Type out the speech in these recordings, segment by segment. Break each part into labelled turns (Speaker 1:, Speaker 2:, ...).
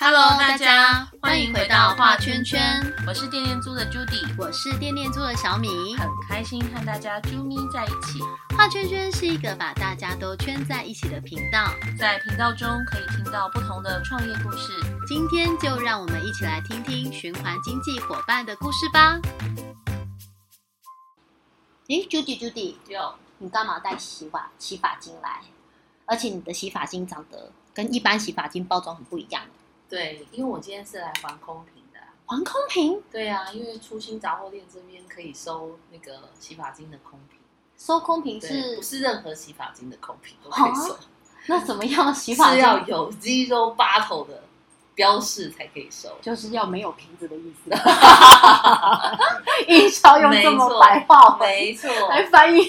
Speaker 1: Hello，大家欢迎回到画圈圈，
Speaker 2: 我是店店租的 Judy，
Speaker 1: 我是店店做的小米。
Speaker 2: 很开心和大家啾咪在一起。
Speaker 1: 画圈圈是一个把大家都圈在一起的频道，
Speaker 2: 在频道中可以听到不同的创业故事。
Speaker 1: 今天就让我们一起来听听循环经济伙伴的故事吧。咦，Judy Judy，
Speaker 2: 有
Speaker 1: 你干嘛带洗发洗发精来？而且你的洗发精长得跟一般洗发精包装很不一样，
Speaker 2: 对，因为我今天是来还空瓶的啊。
Speaker 1: 黄空瓶
Speaker 2: 对啊，因为初心杂货店这边可以收那个洗发精的空瓶，
Speaker 1: 收空瓶
Speaker 2: 对，
Speaker 1: 是
Speaker 2: 不是任何洗发精的空瓶都可以收，
Speaker 1: 那怎么样的洗发
Speaker 2: 是啊
Speaker 1: 精？
Speaker 2: 要有肌肉 battle 的标示才可以收。
Speaker 1: 就是要没有瓶子的意思。 营销用这么白话文
Speaker 2: 哦没错，
Speaker 1: 来翻译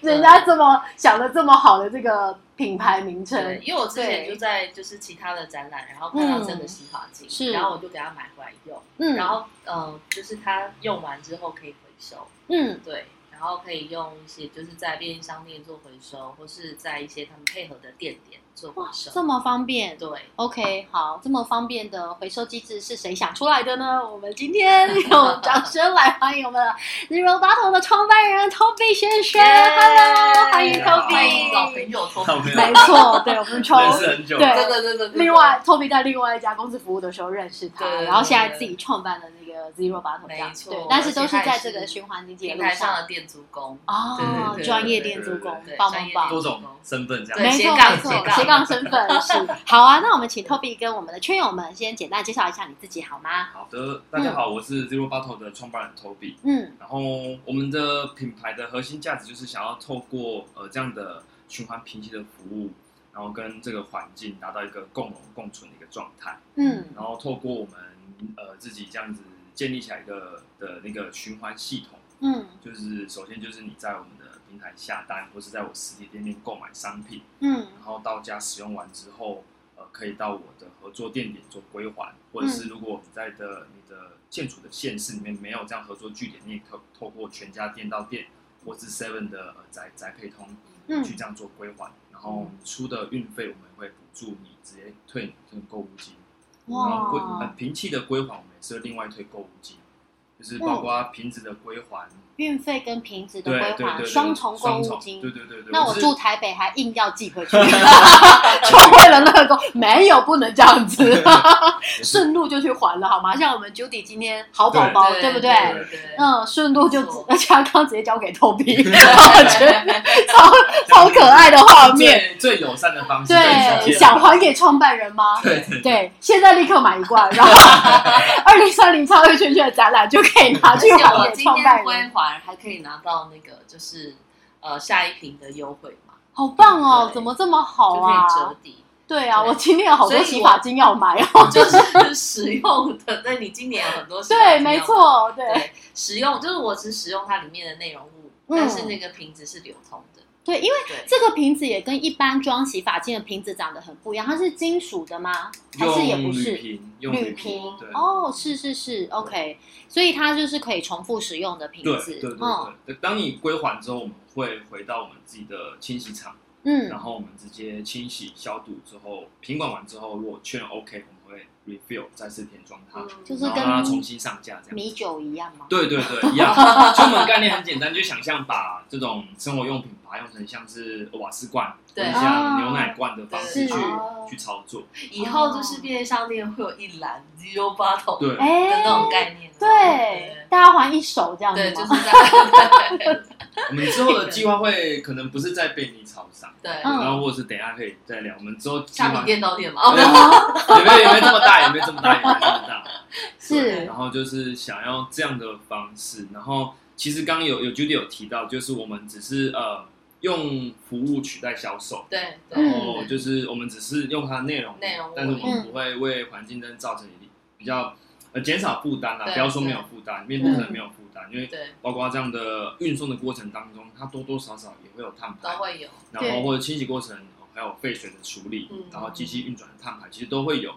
Speaker 1: 人家这么想的这么好的这个品牌名
Speaker 2: 对，
Speaker 1: 称，
Speaker 2: 因为我之前
Speaker 1: 对
Speaker 2: 就在就是其他的展览，然后看到这个洗发精，
Speaker 1: 嗯是
Speaker 2: 然后我就给他买回来用，
Speaker 1: 嗯，
Speaker 2: 然后呃，就是它用完之后可以回收，
Speaker 1: 嗯
Speaker 2: 对，然后可以用一些就是在便利商店做回收，或是在一些他们配合的店点做回
Speaker 1: 哇，这
Speaker 2: 收，
Speaker 1: 么方便。
Speaker 2: 对，
Speaker 1: OK，好，这么方便的回收机制是谁想出来的呢？我们今天用掌声来欢迎我们的 Zero Bottle 的创办人 Toby 先生
Speaker 2: Yeah
Speaker 1: ，Hello，欢迎 Toby，
Speaker 2: 欢迎老朋友 t
Speaker 3: 看
Speaker 2: o
Speaker 3: 我
Speaker 2: b
Speaker 3: 没有
Speaker 1: 没错，对我们从
Speaker 3: 认识很久，
Speaker 1: 对
Speaker 2: 对对对对，对
Speaker 1: 另外，Toby 在另外一家公司服务的时候认识他，
Speaker 2: 对
Speaker 1: 然后现在自己创办了那个 Zero Bottle 这样
Speaker 2: 没
Speaker 1: 子，
Speaker 2: 错
Speaker 1: 对，但是都是在
Speaker 2: 而且他也
Speaker 1: 这
Speaker 2: 是
Speaker 1: 个循环经济的
Speaker 2: 平
Speaker 1: 路
Speaker 2: 台上的店租工，对对
Speaker 1: 哦
Speaker 2: 对，对
Speaker 1: 专业店主工
Speaker 3: 对，
Speaker 2: 对
Speaker 1: 棒
Speaker 2: 专
Speaker 1: 棒
Speaker 2: 业
Speaker 1: 棒
Speaker 2: 店。
Speaker 3: 多种身份这
Speaker 2: 对
Speaker 3: 样
Speaker 1: 没
Speaker 3: 子。
Speaker 1: 错
Speaker 2: 斜杠
Speaker 1: 没错
Speaker 2: 斜，杠
Speaker 1: 斜杠身 份是好啊。那我们请 Toby 跟我们的圈友们先简单介绍一下你自己好吗？
Speaker 3: 好的，大家好，我是 Zero Bottle 的创办人 Toby。
Speaker 1: 嗯
Speaker 3: 然后我们的品牌的核心价值就是想要透过呃这样的循环平息的服务，然后跟这个环境达到一个共荣共存的一个状态。
Speaker 1: 嗯
Speaker 3: 然后透过我们呃自己这样子建立起来一个的那个循环系统，
Speaker 1: 嗯
Speaker 3: 就是首先就是你在我们的平台下单，或是在我实体店面购买商品，
Speaker 1: 嗯
Speaker 3: 然后到家使用完之后，呃，可以到我的合作店点做归还，或者
Speaker 1: 嗯
Speaker 3: 是如果你在的你的建筑的县市里面没有这样合作据点，你也透透过全家店到店或是 Seven 的呃宅宅配通
Speaker 1: 嗯
Speaker 3: 去这样做归还，然后
Speaker 2: 嗯
Speaker 3: 你出的运费我们会补助你，直接退你这个购物金，
Speaker 1: 嗯
Speaker 3: 然后归呃
Speaker 1: 哇，
Speaker 3: 平替的归还我们也是会另外退购物金，就是包括瓶子的归还，
Speaker 1: 运费跟瓶子嗯的
Speaker 3: 对
Speaker 1: 归
Speaker 3: 对对
Speaker 1: 还，
Speaker 3: 对，
Speaker 1: 双重购
Speaker 3: 双
Speaker 1: 物
Speaker 3: 重对
Speaker 1: 金。
Speaker 3: 对对对，
Speaker 1: 那我
Speaker 3: 是
Speaker 1: 住台北还硬要寄 回去，就为了那个购，没有不能这样 子。
Speaker 3: 也是
Speaker 1: 顺路就去还了，好吗？像我们 Judy 今天好宝宝，哦对不对？
Speaker 2: 对对，
Speaker 1: 嗯，顺路就
Speaker 2: 没错
Speaker 1: 而且他刚直接交给 Toby，我觉得超超可爱的画面。
Speaker 3: 最最友善的方式，最直
Speaker 1: 对，
Speaker 3: 接
Speaker 1: 想还给创办人吗？
Speaker 3: 对
Speaker 1: 对，现在立刻买一罐， 然后二零三零超越圈圈的展览就可以拿
Speaker 2: 而
Speaker 1: 去
Speaker 2: 且
Speaker 1: 还
Speaker 2: 我
Speaker 1: 给
Speaker 2: 啊今
Speaker 1: 创办
Speaker 2: 天
Speaker 1: 人，
Speaker 2: 归还还可以拿到那个就是呃下一瓶的优惠嘛，
Speaker 1: 好棒哦！
Speaker 2: 对
Speaker 1: 怎么这么好
Speaker 2: 就可以
Speaker 1: 啊
Speaker 2: 折？抵。
Speaker 1: 对啊，
Speaker 2: 对
Speaker 1: 我今天有好多
Speaker 2: 所以
Speaker 1: 洗
Speaker 2: 我
Speaker 1: 发精要买哦。
Speaker 2: 就是使用的，对你今年有很多使用
Speaker 1: 对，没，错，对
Speaker 2: 对，使用就是我只使用它里面的内容物，
Speaker 1: 嗯
Speaker 2: 但是那个瓶子是流通的，
Speaker 1: 对，因为
Speaker 2: 对，
Speaker 1: 这个瓶子也跟一般装洗发精的瓶子长得很不一样，它是金属的吗？还是也不是？
Speaker 3: 用铝瓶，用
Speaker 1: 铝
Speaker 3: 瓶
Speaker 1: 瓶，
Speaker 3: 对
Speaker 1: 哦，是是是，OK，所以它就是可以重复使用的瓶
Speaker 3: 对
Speaker 1: 子
Speaker 3: 对，对
Speaker 1: 嗯
Speaker 3: 对对。当你归还之后，我们会回到我们自己的清洗厂，然
Speaker 1: 嗯，
Speaker 3: 后我们直接清洗消毒之后，品管完之后，如果确认 OK，我们会 refill 再次填装它，
Speaker 2: 嗯
Speaker 1: 就是
Speaker 3: 然后
Speaker 1: 跟
Speaker 3: 让它重新上架这样
Speaker 1: 米
Speaker 3: 子。
Speaker 1: 酒一样吗？
Speaker 3: 对对对，一样。所以我们概念很简单，就想象把这种生活用品把它用成像是瓦斯罐，或
Speaker 2: 对
Speaker 3: 者像牛奶罐的方式
Speaker 1: 是
Speaker 3: 去
Speaker 1: 哦
Speaker 3: 去操作。
Speaker 2: 以后就是便利商店会有一栏 zero bottle 的
Speaker 3: 对，
Speaker 1: 哎，
Speaker 2: 那种概念，啊
Speaker 1: 对，嗯大家还一手这样
Speaker 2: 对，对
Speaker 1: 子
Speaker 2: 就
Speaker 1: 吗？
Speaker 2: 是在对
Speaker 3: 我们之后的 计划会可能不是在便利超商，
Speaker 2: 对
Speaker 1: 嗯
Speaker 3: 然后或者是等一下可以再聊。我们之后计
Speaker 2: 虾
Speaker 3: 划
Speaker 2: 米店到店嘛，
Speaker 3: 对有没有有没有这么大？有没有这么大？有没有这么 大？对
Speaker 1: 是
Speaker 3: 然，后就是想要这样的方式，然后其实刚刚有有 Judy 有提到，就是我们只是呃用服务取代销售，
Speaker 2: 对
Speaker 3: 然
Speaker 2: 对
Speaker 3: 后就是我们只是用它的内容，
Speaker 2: 嗯内容
Speaker 3: 但是我
Speaker 1: 嗯
Speaker 3: 们不会为环境灯造成一定比较呃减少负担啦。
Speaker 2: 对嗯
Speaker 3: 不要说没有负担，面对可能没有负担，因为
Speaker 2: 对，
Speaker 3: 包括这样的运送的过程当中，它多多少少也会有碳
Speaker 2: 都
Speaker 3: 排，
Speaker 2: 会有，
Speaker 3: 然后或者清洗过程，哦还有废水的处理，
Speaker 2: 嗯
Speaker 3: 然后机器运转的碳排，其实哦都会有。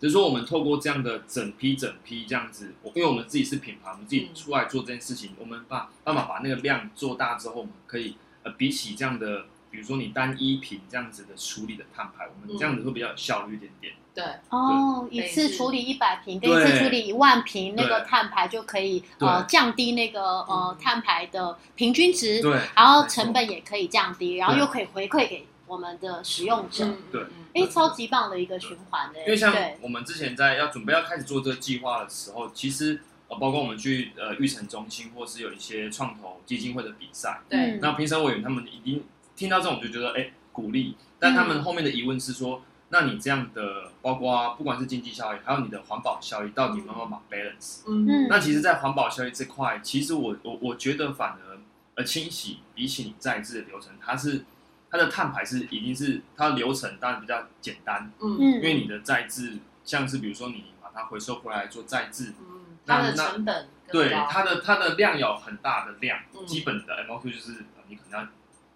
Speaker 3: 只是说我们透过这样的整批整批这样子，我因为我们自己是品牌，我们自己
Speaker 2: 嗯
Speaker 3: 出来做这件事情，我们把办法把那个量做大之后，我们可以呃比起这样的比如说你单一瓶这样子的处理的碳排，我们这样子会比较有效率一点点。
Speaker 2: 对，
Speaker 1: 哦，一次
Speaker 2: 对
Speaker 1: 处理一百瓶，跟一
Speaker 3: 对
Speaker 1: 次处理一万瓶，那个
Speaker 3: 对
Speaker 1: 碳排就可以呃
Speaker 3: 对
Speaker 1: 降低那个呃
Speaker 2: 嗯
Speaker 1: 碳排的平均值，
Speaker 3: 对，
Speaker 1: 然后
Speaker 3: 没错
Speaker 1: 成本也可以降低，然后
Speaker 3: 对
Speaker 1: 又可以回馈给我们的使用者。
Speaker 2: 嗯
Speaker 3: 啊对
Speaker 2: 嗯
Speaker 1: 哎，超级棒的一个循环哎，
Speaker 3: 因为像
Speaker 1: 对，
Speaker 3: 我们之前在要准备要开始做这个计划的时候，其实呃，包括我们去呃育成中心，或是有一些创投基金会的比赛，
Speaker 2: 对
Speaker 1: 嗯
Speaker 3: 那评审委员他们一定听到这种就觉得哎、鼓励，但他们后面的疑问是说，那你这样的包括不管是经济效益，还有你的环保效益，到底有没有办法 balance？、
Speaker 1: 嗯
Speaker 3: 那其实，在环保效益这块，其实我我我觉得反而呃清洗比起你再制的流程，它是它的碳排是一定是它的流程当然比较简单，
Speaker 2: 嗯
Speaker 1: 嗯，
Speaker 3: 因为你的再制像是比如说你把它回收回来做再制。
Speaker 2: 嗯，它的
Speaker 3: 那那
Speaker 2: 成本更
Speaker 3: 对
Speaker 2: 高
Speaker 3: 它的它的量有很大的量，
Speaker 2: 嗯
Speaker 3: 基本的 MOQ 就是呃你可能要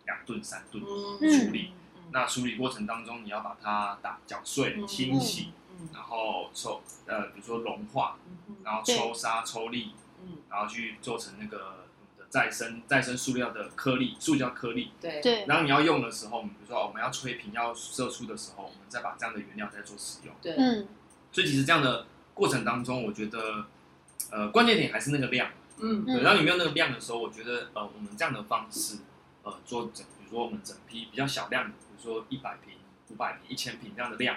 Speaker 3: 两吨三吨，
Speaker 2: 嗯
Speaker 1: 处
Speaker 3: 理，
Speaker 2: 嗯
Speaker 3: 那处理过程当中，你要把它打搅碎、
Speaker 2: 嗯
Speaker 3: 清洗，
Speaker 2: 嗯
Speaker 3: 然后抽呃，比如说融化，
Speaker 2: 嗯
Speaker 3: 然后抽沙、抽粒，
Speaker 2: 嗯，
Speaker 3: 然后去做成那个我们的再生再生塑料的颗粒、塑胶颗粒。
Speaker 2: 对，
Speaker 1: 对，
Speaker 3: 然后你要用的时候，我们比如说哦我们要吹瓶、要射出的时候，我们再把这样的原料再做使用。
Speaker 2: 对，
Speaker 1: 嗯
Speaker 3: 所以其实这样的过程当中，我觉得呃关键点还是那个量。
Speaker 2: 嗯
Speaker 1: 嗯
Speaker 3: 对，当你没有那个量的时候，我觉得呃，我们这样的方式，呃，做整，比如说我们整批比较小量的，比如说一百瓶、五百瓶、一千瓶这样的量，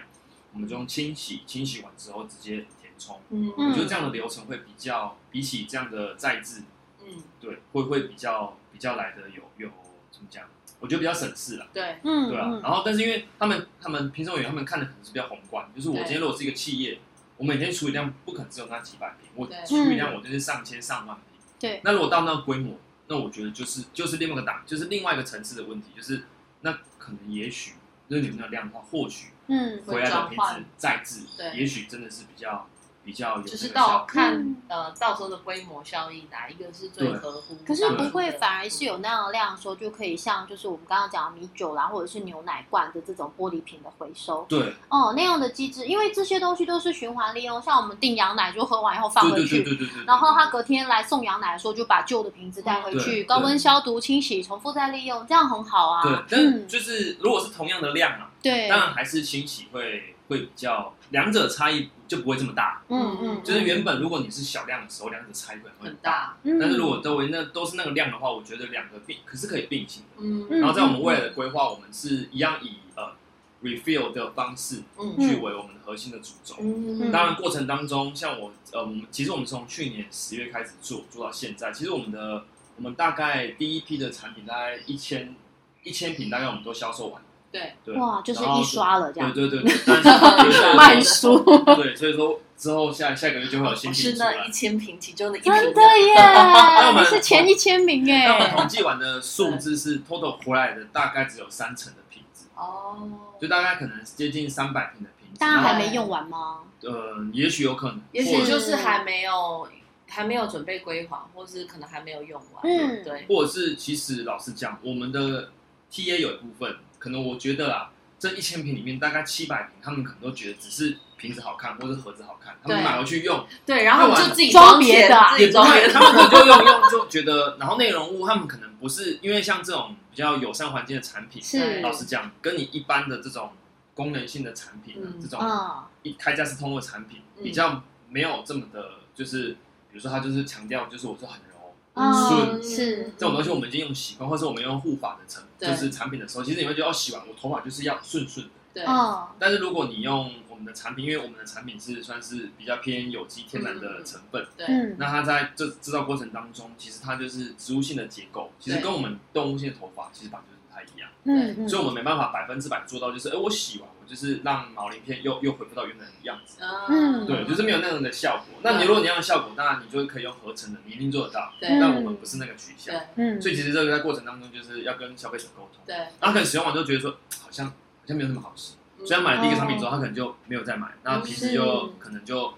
Speaker 3: 我们就用清洗，清洗完之后直接填充。
Speaker 2: 嗯
Speaker 1: 嗯
Speaker 3: 我觉得这样的流程会比较，比起这样的再制，
Speaker 2: 嗯，
Speaker 3: 对，会会比较比较来的有有怎么讲？我觉得比较省事啦，
Speaker 2: 对，
Speaker 1: 嗯
Speaker 3: 对啊。
Speaker 1: 嗯
Speaker 3: 然后，但是因为他们他们评审委员他们看的可能是比较宏观，就是我
Speaker 2: 对
Speaker 3: 今天如果是一个企业，我每天处理量不可能只有那几百瓶，我
Speaker 2: 对
Speaker 3: 处理量我就是上千上万瓶。
Speaker 1: 对，
Speaker 3: 那如果到那个规模，那我觉得就是就是另外一个档，就是另外一个层次的问题，就是那可能也许就是你们的量的话，或许
Speaker 1: 嗯
Speaker 3: 回来的
Speaker 2: 会转
Speaker 3: 品质
Speaker 2: 换
Speaker 3: 再制，
Speaker 2: 对
Speaker 3: 也许真的是比较比较有那
Speaker 2: 就
Speaker 3: 个
Speaker 2: 是
Speaker 3: 效
Speaker 2: 到
Speaker 3: 果。
Speaker 2: 看
Speaker 1: 嗯
Speaker 2: 呃到时候的规模效益哪一个是最
Speaker 3: 对
Speaker 2: 合乎当初的，
Speaker 1: 可是不会，反而是有那样的量说就可以像就是我们刚刚讲的米酒啦，或者是牛奶罐的这种玻璃瓶的回收
Speaker 3: 对
Speaker 1: 哦那样的机制，因为这些东西都是循环利用，像我们订羊奶就喝完以后放
Speaker 3: 对
Speaker 1: 回
Speaker 3: 对对
Speaker 1: 去。
Speaker 3: 对对对。
Speaker 1: 然后他隔天来送羊奶的时候，就把旧的瓶子带回
Speaker 3: 嗯
Speaker 1: 去，
Speaker 3: 对
Speaker 1: 高温
Speaker 3: 对
Speaker 1: 消毒、清洗、重复再利用，这样很好
Speaker 3: 对
Speaker 1: 啊，。
Speaker 3: 但是
Speaker 1: 嗯，
Speaker 3: 就是如果是同样的量啊，
Speaker 1: 对，
Speaker 3: 当然还是清洗会会比较，两者差异就不会这么大。
Speaker 1: 嗯嗯，
Speaker 3: 就是原本如果你是小量的时候，两者差异会
Speaker 2: 很
Speaker 3: 很大。
Speaker 2: 大，
Speaker 1: 嗯，
Speaker 3: 但是如果周围那都是那个量的话，我觉得两个并可是可以并行的。
Speaker 2: 嗯
Speaker 1: 嗯
Speaker 3: 然后在我们未来的规划，我们是一样以呃 refill 的方式
Speaker 2: 嗯
Speaker 3: 去为我们的核心的主轴。
Speaker 2: 嗯
Speaker 3: 当然，过程当中，像我呃，我们其实我们从去年十月开始做，做到现在，其实我们的我们大概第一批的产品大概一千一千瓶，大概我们都销售完。
Speaker 2: 对，
Speaker 3: 对，
Speaker 1: 哇，就是
Speaker 3: 然后
Speaker 1: 一刷了这样，
Speaker 3: 对对对，对 但是
Speaker 1: 慢哦速，
Speaker 3: 对，所以说之后下下个月就会有新
Speaker 2: 我
Speaker 3: 品
Speaker 2: 是
Speaker 3: 出
Speaker 2: 那
Speaker 3: 来
Speaker 2: 一。千瓶其中的一瓶
Speaker 1: 真
Speaker 2: 的
Speaker 1: 的耶，
Speaker 3: 我
Speaker 1: 你
Speaker 3: 们
Speaker 1: 是前一千名
Speaker 3: 那我们
Speaker 1: 哎，
Speaker 3: 统计完的数字是 total 回来的大概只有三成的瓶子，
Speaker 2: 哦，
Speaker 3: 就大概可能接近三百瓶的瓶子。
Speaker 1: 大家
Speaker 3: 然后
Speaker 1: 还没用完吗？
Speaker 3: 呃，也许有可能，
Speaker 2: 也
Speaker 3: 或
Speaker 2: 许
Speaker 3: 者
Speaker 1: 嗯
Speaker 2: 就是还没有还没有准备归还，或是可能还没有用完，
Speaker 1: 嗯
Speaker 2: 对，
Speaker 3: 或者是其实老实讲，我们的 TA 有一部分，可能我觉得啦，这一千瓶里面大概七百瓶，他们可能都觉得只是瓶子好看或者盒子好看，他们
Speaker 2: 对
Speaker 3: 买回去用，
Speaker 2: 对，然后就自己
Speaker 1: 装别
Speaker 2: 别
Speaker 1: 的啊
Speaker 2: 自
Speaker 3: 也
Speaker 2: 己
Speaker 3: 不
Speaker 2: 装别
Speaker 3: 会，
Speaker 2: 的，
Speaker 3: 他们可能就用用就觉得，然后内容物他们可能不是因为像这种比较友善环境的产品，
Speaker 1: 是
Speaker 3: 老实讲，跟你一般的这种功能性的产品，
Speaker 2: 嗯
Speaker 3: 这种
Speaker 1: 嗯，
Speaker 3: 一开价是通过产品，
Speaker 2: 嗯
Speaker 3: 比较没有这么的，就是比如说他就是强调，就是我是很柔。
Speaker 1: 嗯
Speaker 3: 顺
Speaker 1: 是
Speaker 3: 这种东西我们已经用习惯，或是我们用护发的成，
Speaker 2: 对
Speaker 3: 就是产品的时候，其实你会觉得哦，洗完我头发就是要顺顺的。
Speaker 2: 对，
Speaker 1: 嗯
Speaker 3: 但是如果你用我们的产品，因为我们的产品是算是比较偏有机天然的成分，
Speaker 2: 对，
Speaker 1: 嗯
Speaker 3: 那它在这制造过程当中，其实它就是植物性的结构，其实
Speaker 2: 对
Speaker 3: 跟我们动物性的头发其实本来就是不太一样，
Speaker 1: 嗯嗯，
Speaker 3: 所以我们没办法百分之百做到，就是哎、我洗完我就是让毛鳞片又又恢复到原来的样子。
Speaker 1: 嗯
Speaker 3: 对，就是没有那样的效果。那你如果你要的效果，当然你就可以用合成的，你一定做得到。
Speaker 2: 对
Speaker 3: 但我们不是那个取向
Speaker 2: 对，
Speaker 1: 嗯
Speaker 3: 所以其实这个在过程当中就是要跟消费者沟通，
Speaker 2: 对，
Speaker 3: 然后可能使用完之后觉得说好像好像没有那么好洗，
Speaker 2: 嗯
Speaker 3: 所以他买了第一个产品之后，他可能就没有再买，那平时就可能就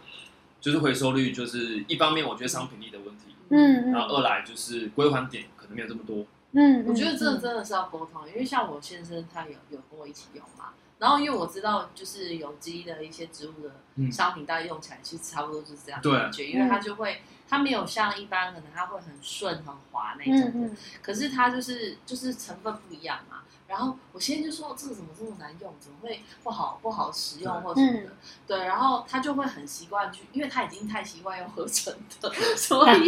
Speaker 3: 就是回收率就是一方面我觉得商品力的问题，
Speaker 1: 嗯嗯
Speaker 3: 然后二来就是归还点可能没有这么多，哦
Speaker 1: 嗯，
Speaker 2: 我觉得这
Speaker 1: 嗯
Speaker 2: 真的是要沟通，因为像我先生他有有跟我一起用嘛，然后因为我知道就是有机的一些植物的
Speaker 3: 嗯
Speaker 2: 商品，大家用起来其实差不多就是这样的
Speaker 3: 对
Speaker 2: 感觉，因为
Speaker 1: 嗯
Speaker 2: 它就会它没有像一般可能它会很顺很滑那种的，
Speaker 1: 嗯嗯
Speaker 2: 可是它就是就是成分不一样嘛，然后我先生就说这个怎么这么难用，怎么会不好不好使用或什么的？对，然后他就会很习惯去，因为他已经太习惯用合成 的， 所以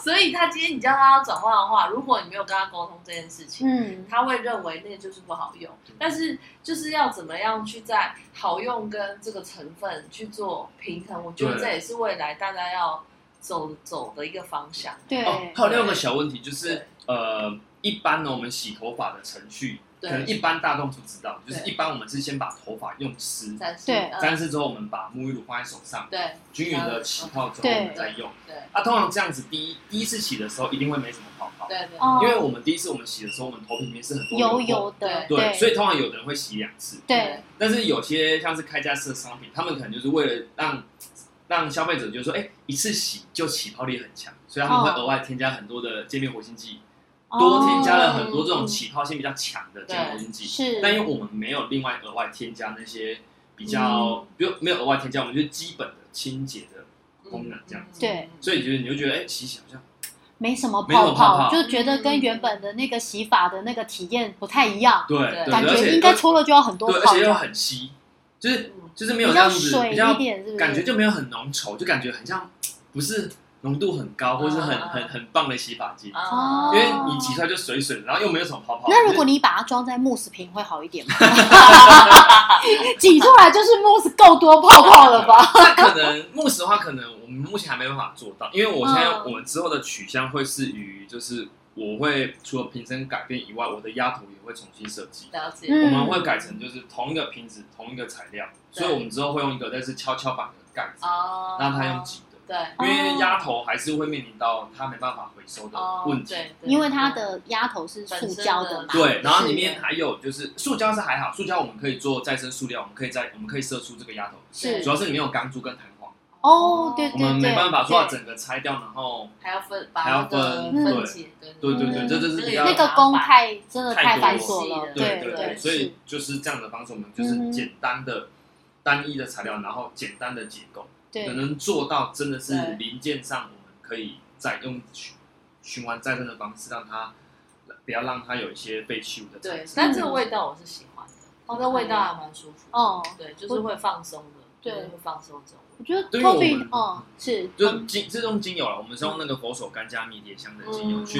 Speaker 2: 所以他今天你叫他要转换的话，如果你没有跟他沟通这件事情，
Speaker 1: 嗯，
Speaker 2: 他会认为那就是不好用。
Speaker 3: 嗯
Speaker 2: 但是就是要怎么样去在好用跟这个成分去做平衡，我觉得
Speaker 3: 对
Speaker 2: 这也是未来大家要走走的一个方向。
Speaker 1: 对，
Speaker 3: 哦，还有另外一个小问题就是
Speaker 2: 对，
Speaker 3: 呃，一般呢，我们洗头发的程序，可
Speaker 2: 对
Speaker 3: 能一般大众不知道，就是
Speaker 2: 对
Speaker 3: 一般我们是先把头发用湿，
Speaker 2: 但是
Speaker 1: 对
Speaker 2: 嗯
Speaker 3: 沾湿之后，我们把沐浴乳放在手上，
Speaker 2: 对
Speaker 3: 均匀的起泡之后，
Speaker 1: 对
Speaker 3: 我们再用。
Speaker 2: 对
Speaker 3: 啊，通常这样子，第一第一次洗的时候一定会没什么泡泡，
Speaker 2: 对对
Speaker 1: 哦
Speaker 3: 因为我们第一次我们洗的时候，我们头皮里面是很多
Speaker 1: 油
Speaker 3: 油
Speaker 1: 油的，
Speaker 3: 垢，对，所
Speaker 1: 以
Speaker 3: 以通常有的人会洗两次，
Speaker 1: 对，
Speaker 3: 但是有些像是开架式的商品，他们可能就是为了让让消费者就是说，哎、一次洗就起泡力很强，所以他们会
Speaker 1: 哦
Speaker 3: 额外添加很多的界面活性剂，多添加了很多
Speaker 1: 嗯
Speaker 3: 这种起泡性比较强的界面活性剂。
Speaker 1: 是，
Speaker 3: 但因为我们没有另外额外添加那些比
Speaker 1: 嗯
Speaker 3: 较，比如没有额外添加，我们就基本的清洁的，
Speaker 1: 嗯
Speaker 2: 嗯
Speaker 3: 功能这样
Speaker 2: 子
Speaker 1: 对
Speaker 3: 所以就是你就觉得，哎、洗洗好像
Speaker 1: 没什么
Speaker 3: 没什么
Speaker 1: 泡
Speaker 3: 泡泡
Speaker 1: 就觉得跟原本的那个洗发的那个体验不太一样，
Speaker 3: 对
Speaker 2: 对
Speaker 3: 对，
Speaker 1: 感
Speaker 3: 而
Speaker 1: 觉
Speaker 3: 且
Speaker 1: 应该搓了就要很多
Speaker 3: 对，而
Speaker 1: 泡
Speaker 3: 且又
Speaker 1: 泡，
Speaker 3: 很稀，就是
Speaker 2: 嗯
Speaker 3: 就是没有
Speaker 1: 比
Speaker 3: 这
Speaker 1: 较
Speaker 3: 样子
Speaker 1: 水
Speaker 3: 比
Speaker 1: 一
Speaker 3: 较
Speaker 1: 点，是不是？
Speaker 3: 感觉就没有很浓稠，就感觉很像不是浓度很高，或是很
Speaker 2: 啊
Speaker 3: 很很棒的洗发精，
Speaker 2: 嗯
Speaker 1: 哦
Speaker 3: 因为你挤出来就水水的，然后又没有什么泡泡。
Speaker 1: 那如果
Speaker 3: 你
Speaker 1: 你把它装在慕斯瓶会好一点吗？挤出来就是慕斯够多泡泡了吧？
Speaker 3: 那可能慕斯的话，可能我们目前还没办法做到，因为我现在
Speaker 1: 嗯
Speaker 3: 我们之后的取向会是于就是我会除了瓶身改变以外，我的压头也会重新设计。
Speaker 2: 了解，
Speaker 1: 嗯
Speaker 3: 我们会改成就是同一个瓶子、同一个材料，
Speaker 2: 对
Speaker 3: 所以我们之后会用一个类似跷跷板的盖子，
Speaker 2: 哦，
Speaker 3: 让它用挤的。
Speaker 2: 对
Speaker 3: 因
Speaker 1: 哦
Speaker 3: 为压头还是会面临到它没办法回收的
Speaker 2: 哦，
Speaker 3: 问题。
Speaker 2: 对，对
Speaker 1: 因为它的压头是塑胶嘛，
Speaker 2: 本身
Speaker 3: 对，然后里
Speaker 2: 是
Speaker 3: 面还有就是塑胶是还好，塑胶我们可以做再生塑料，我们可以在我们可以射出这个压头，
Speaker 1: 是
Speaker 3: 主要是里面有钢珠跟弹簧，
Speaker 1: 哦对
Speaker 3: 我
Speaker 1: 对
Speaker 3: 们没办法说把
Speaker 1: 对
Speaker 3: 整个拆掉，然后
Speaker 2: 还要分，把
Speaker 3: 还要
Speaker 2: 它的
Speaker 3: 分
Speaker 2: 分解，
Speaker 3: 对
Speaker 1: 对
Speaker 2: 嗯
Speaker 1: 对
Speaker 3: 这就是比较
Speaker 1: 嗯那个工太真的太繁琐了，
Speaker 2: 对
Speaker 3: 对
Speaker 1: 对，
Speaker 3: 所
Speaker 1: 是
Speaker 3: 以就是这样的方式，我们就
Speaker 1: 嗯哼
Speaker 3: 是简单的、单一的材料，然后简单的结构，可
Speaker 1: 对
Speaker 3: 能做到真的是
Speaker 2: 对
Speaker 3: 零件上我们可以再用循循环再生的方式，让它不要让它有一些废弃物的产
Speaker 2: 对，
Speaker 3: 生。
Speaker 2: 但这个味道我是喜欢的，它的味道还蛮舒服，，
Speaker 1: 哦。
Speaker 2: 对，就是会放松的，
Speaker 1: 对
Speaker 2: 就是会放松这种味
Speaker 1: 我觉得
Speaker 3: 对因为我
Speaker 1: Toby
Speaker 3: 们
Speaker 1: 哦是
Speaker 3: 就精是用精油了，我们是用那个佛手柑加迷迭香的精
Speaker 2: 嗯
Speaker 3: 油去、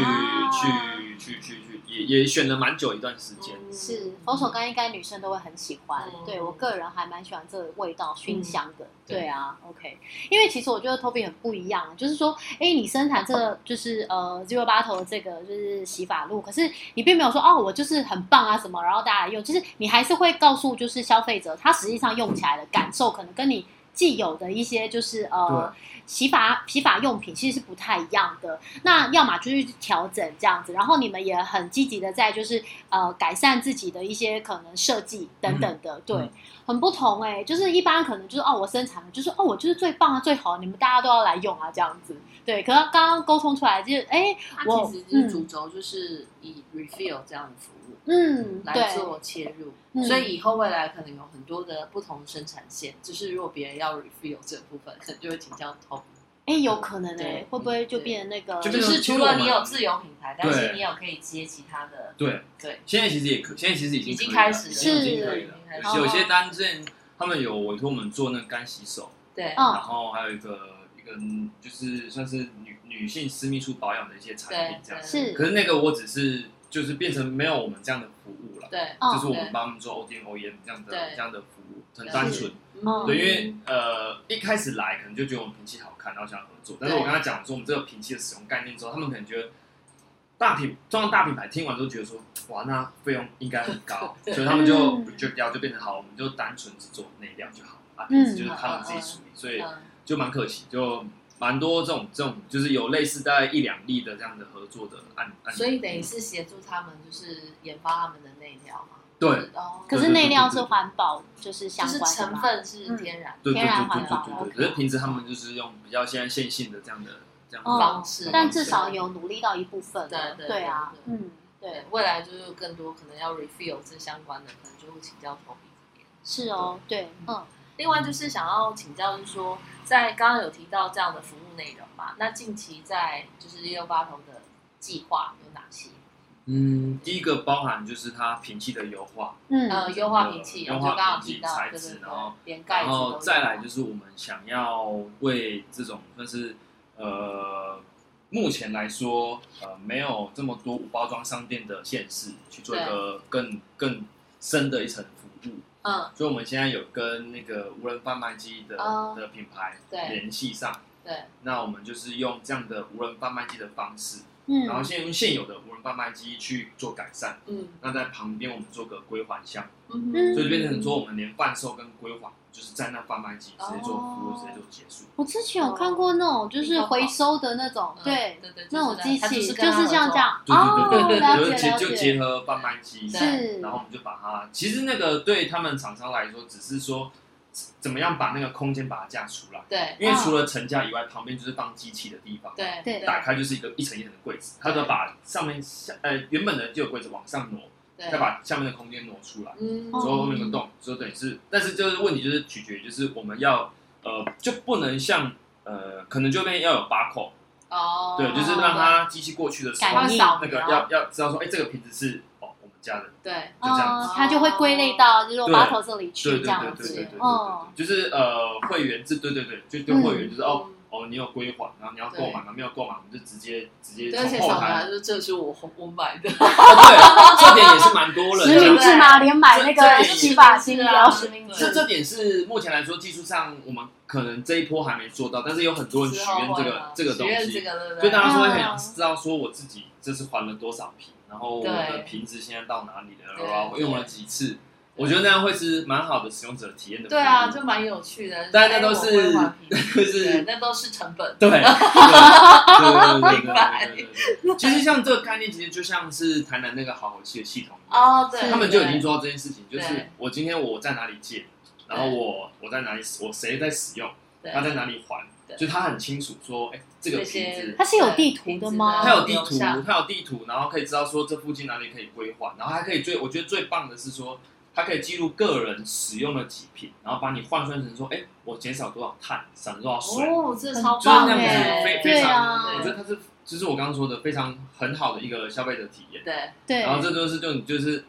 Speaker 3: 去去去去，也也选了蛮久一段时间。
Speaker 2: 道，
Speaker 1: 是佛手柑应该女生都会很喜欢，
Speaker 2: 嗯
Speaker 1: 对我个人还蛮喜欢这个味道，熏香的。
Speaker 3: 对
Speaker 1: 对啊，OK，因为其实我觉得 Toby 很不一样，就是说，哎，你生产这个就是呃 Zero 八头的这个就是洗发露，可是你并没有说哦，我就是很棒啊什么，然后大家来用，就是你还是会告诉就是消费者，他实际上用起来的感受，可能跟你既有的一些就是呃洗发洗发用品其实是不太一样的。那要么就是去调整这样子，然后你们也很积极的在就是呃改善自己的一些可能设计等等的，对，
Speaker 3: 嗯
Speaker 1: 很不同哎、就是一般可能就是哦我生产了，就是哦我就是最棒啊最好，你们大家都要来用啊这样子，对。可是刚刚沟通出来就是哎
Speaker 2: 它
Speaker 1: 我
Speaker 2: 其实就是主轴就是以 refill 这样的服务。
Speaker 1: 嗯对
Speaker 2: 来做切入，
Speaker 1: 嗯
Speaker 2: 所以以后未来可能有很多的不同生产线，就是如果别人要 refill 这部分，可能就会请教 Tom。
Speaker 1: 哎有可能哎、
Speaker 2: 对
Speaker 1: 会不会就变成那个
Speaker 3: 就
Speaker 2: 就
Speaker 3: 变
Speaker 2: 是
Speaker 3: 成
Speaker 2: 除了你有自有品牌，但
Speaker 3: 对
Speaker 2: 是你有可以接其他的，
Speaker 3: 对，
Speaker 2: 对，
Speaker 3: 现在其实也可，现在其实已经
Speaker 2: 已经
Speaker 3: 可以
Speaker 2: 开始了
Speaker 3: 已经可以
Speaker 2: 是
Speaker 3: 了
Speaker 2: 已经开。始
Speaker 3: 有些有些单之前他们有委托我们做那个干洗手，
Speaker 2: 对，
Speaker 3: 然
Speaker 1: 嗯
Speaker 3: 后还有一个一个嗯就是算是女女性私密处保养的一些产
Speaker 2: 对
Speaker 3: 品这样。
Speaker 1: 是
Speaker 3: 可是那个我只是就是变成没有我们这样的服务了，
Speaker 2: 对，
Speaker 1: 哦
Speaker 3: 就是我们帮他们做 ODM OEM E 这样的
Speaker 2: 对
Speaker 3: 这样的服务，很
Speaker 2: 对
Speaker 3: 单纯。
Speaker 1: 嗯
Speaker 3: 对，因为呃一开始来可能就觉得我们瓶器好看，然后想要合作。但是我跟他讲说我们这个瓶器的使用概念之后，他们可能觉得大品通常大品牌听完都觉得说哇，那费用应该很 高，所以他们就
Speaker 1: 嗯
Speaker 3: reject 掉，就变成好，我们就单纯只做内料就好啊，瓶子
Speaker 1: 嗯
Speaker 3: 就是他们自己处理，所以
Speaker 2: 嗯，
Speaker 3: 就蛮可惜，就蛮多这种这种就是有类似大概一两例的这样的合作的案案例。
Speaker 2: 所以等于是协助他们，就是研发他们的内料嘛，
Speaker 3: 对
Speaker 2: 哦，
Speaker 1: 可是内料是环保就是
Speaker 2: 就
Speaker 1: 相
Speaker 2: 是
Speaker 1: 关的
Speaker 2: 成
Speaker 1: 嘛，嗯
Speaker 2: 分是天然
Speaker 3: 对对对
Speaker 1: 天然
Speaker 3: 对
Speaker 1: 环保
Speaker 3: 对对对，
Speaker 2: OK
Speaker 3: 可是平时他们就是用比较现在线性的这样的这样的
Speaker 1: 嗯
Speaker 2: 方式，
Speaker 1: 但至少有努力到一部分了，
Speaker 2: 对对
Speaker 1: 对啊
Speaker 2: 对，对
Speaker 1: 嗯对
Speaker 2: 对。未来就是更多可能要 refill 这相关的，可能就会请教 Tom 这边。
Speaker 1: 是哦，对，嗯
Speaker 2: 另外就是想要请教，就是说，在刚刚有提到这样的服务内容嘛，那近期在就是六八头的计划有哪些？
Speaker 3: 嗯，第一个包含就是它瓶器的优化，
Speaker 1: 嗯
Speaker 2: 呃，优化瓶器，
Speaker 3: 优
Speaker 2: 我
Speaker 3: 化
Speaker 2: 就刚刚
Speaker 3: 瓶器
Speaker 2: 提到，对
Speaker 3: 材
Speaker 2: 对
Speaker 3: 质
Speaker 2: 对
Speaker 3: 然后，
Speaker 2: 连盖子
Speaker 3: 然后
Speaker 2: 都
Speaker 3: 再
Speaker 2: 有
Speaker 3: 来就是我们想要为这种算是呃目前来说呃没有这么多无包装商店的县市去做一个更更深的一层服务，
Speaker 2: 嗯，
Speaker 3: 所以我们现在有跟那个无人贩卖机的、
Speaker 2: 哦
Speaker 3: 的品牌
Speaker 2: 对
Speaker 3: 联系上，
Speaker 2: 对，
Speaker 3: 那我们就是用这样的无人贩卖机的方式，
Speaker 1: 嗯
Speaker 3: 然后先用现有的无人贩卖机去做改善，
Speaker 2: 嗯
Speaker 3: 那在旁边我们做个归还项目。
Speaker 2: 嗯
Speaker 1: 嗯
Speaker 3: 所以变成说，我们连贩售跟归还，就是在那贩卖机直接做服务，
Speaker 2: 哦
Speaker 3: 直接做结束。
Speaker 1: 我之前有看过那种就是回收的那种，
Speaker 2: 嗯
Speaker 1: 对，
Speaker 2: 对对，
Speaker 1: 那种
Speaker 2: 就是
Speaker 1: 机
Speaker 2: 这样它
Speaker 1: 器是
Speaker 2: 就是跟它合作
Speaker 1: 像这，样
Speaker 3: 对对对
Speaker 1: 哦，了
Speaker 3: 对
Speaker 1: 解
Speaker 3: 对，
Speaker 1: 了
Speaker 3: 结就结
Speaker 1: 解，
Speaker 3: 合贩卖机，
Speaker 1: 是，
Speaker 3: 然后我们就把它，其实那个对他们厂商来说，只是说怎么样把那个空间把它架出来，
Speaker 2: 对
Speaker 3: 因为除了成架以外，旁边就是放机器的地方。
Speaker 2: 对
Speaker 1: 嗯对
Speaker 3: 打开就是一个一层一层的柜子，它就把上面下呃原本的就有柜子往上挪，
Speaker 2: 对，
Speaker 3: 再把下面的空间挪出来。
Speaker 2: 嗯
Speaker 1: 哦
Speaker 3: 之后后面有个洞，之后等于是，但是就是问题就是取决于就是我们要呃就不能像呃可能就那边要有把口，
Speaker 2: 哦，
Speaker 3: 对，就是让它机器过去的时候
Speaker 1: 感，应
Speaker 2: 扫
Speaker 3: 那个
Speaker 2: 描
Speaker 3: 要要知道说，哎，这个瓶子是哦我们家的，
Speaker 2: 对
Speaker 3: 就这样
Speaker 1: 哦
Speaker 3: 子，
Speaker 1: 它就会归类到就是我
Speaker 3: 对
Speaker 1: 把头这里
Speaker 3: 对
Speaker 1: 去
Speaker 3: 对
Speaker 1: 这
Speaker 3: 对
Speaker 1: 样
Speaker 3: 对对
Speaker 1: 子
Speaker 3: 对，对
Speaker 1: 哦
Speaker 3: 对，就是呃会员制，对对对，就对
Speaker 1: 嗯
Speaker 3: 会员就是哦
Speaker 2: 嗯
Speaker 3: 哦你有归还，然后你要购
Speaker 2: 对
Speaker 3: 买嘛，没有购买我们就直接直接
Speaker 2: 对，
Speaker 3: 从
Speaker 2: 而且
Speaker 3: 后
Speaker 2: 扫描
Speaker 3: 台，
Speaker 2: 就是这是我我买的，
Speaker 3: 哦对，这点也是蛮多人
Speaker 1: 实
Speaker 3: 的
Speaker 1: 名制嘛，连买那
Speaker 3: 这
Speaker 1: 个
Speaker 3: 这
Speaker 1: 洗发精
Speaker 2: 啊
Speaker 1: 也要实名
Speaker 3: 这
Speaker 1: 制，
Speaker 3: 这点是目前来说技术上我们可能这一波还没做到，但是有很多人许
Speaker 2: 之后
Speaker 3: 愿这
Speaker 2: 会
Speaker 3: 个
Speaker 2: 嘛
Speaker 3: 这个东
Speaker 2: 许愿这
Speaker 3: 西，
Speaker 2: 个对不
Speaker 3: 所
Speaker 2: 对？
Speaker 3: 以大家说会
Speaker 1: 嗯
Speaker 3: 很想知道说我自己这是还了多少瓶，然后我的
Speaker 2: 对
Speaker 3: 瓶子现在到哪里了，
Speaker 2: 对
Speaker 3: 然后我用了几次，我觉得那样会是蛮好的使用者体验的服务。
Speaker 2: 对啊，就蛮有趣的，
Speaker 3: 嗯但那都
Speaker 2: 哎 我
Speaker 3: 是
Speaker 2: 会换皮
Speaker 3: 就是
Speaker 2: 对，那都是成本，
Speaker 3: 对，对对对对对
Speaker 2: 明白
Speaker 3: 对对对。其实像这个概念，其实就像是台南那个好好气的系统一样，
Speaker 2: 哦，对，
Speaker 3: 他们就已
Speaker 2: 对
Speaker 3: 经做到这件事情，就是
Speaker 2: 对嗯
Speaker 3: 我今天我在哪里借，然后我我在哪里我谁在使用。
Speaker 2: 对
Speaker 3: 他在哪里还，
Speaker 2: 对
Speaker 3: 就他很清楚说，哎、这个
Speaker 2: 这
Speaker 3: 瓶
Speaker 2: 些
Speaker 3: 子，
Speaker 1: 它是有地图的吗
Speaker 3: 他有地
Speaker 2: 哦留
Speaker 3: 图，
Speaker 2: 下
Speaker 3: 他有地图，然后可以知道说这附近哪里可以规划，然后还可以最，我觉得最棒的是说，它可以记录个人使用了几瓶，然后把你换算成说，哎、我减少多少碳，省多少水，
Speaker 2: 哦，这
Speaker 1: 很
Speaker 2: 超
Speaker 3: 就是
Speaker 2: 棒
Speaker 3: 那样
Speaker 2: 哎，
Speaker 3: 子非
Speaker 1: 对
Speaker 3: 非
Speaker 1: 啊
Speaker 3: 常，我觉得它是，就是我刚刚说的非常很好的一个消费者体验，
Speaker 2: 对
Speaker 1: 对，
Speaker 3: 然后这就是就你就是。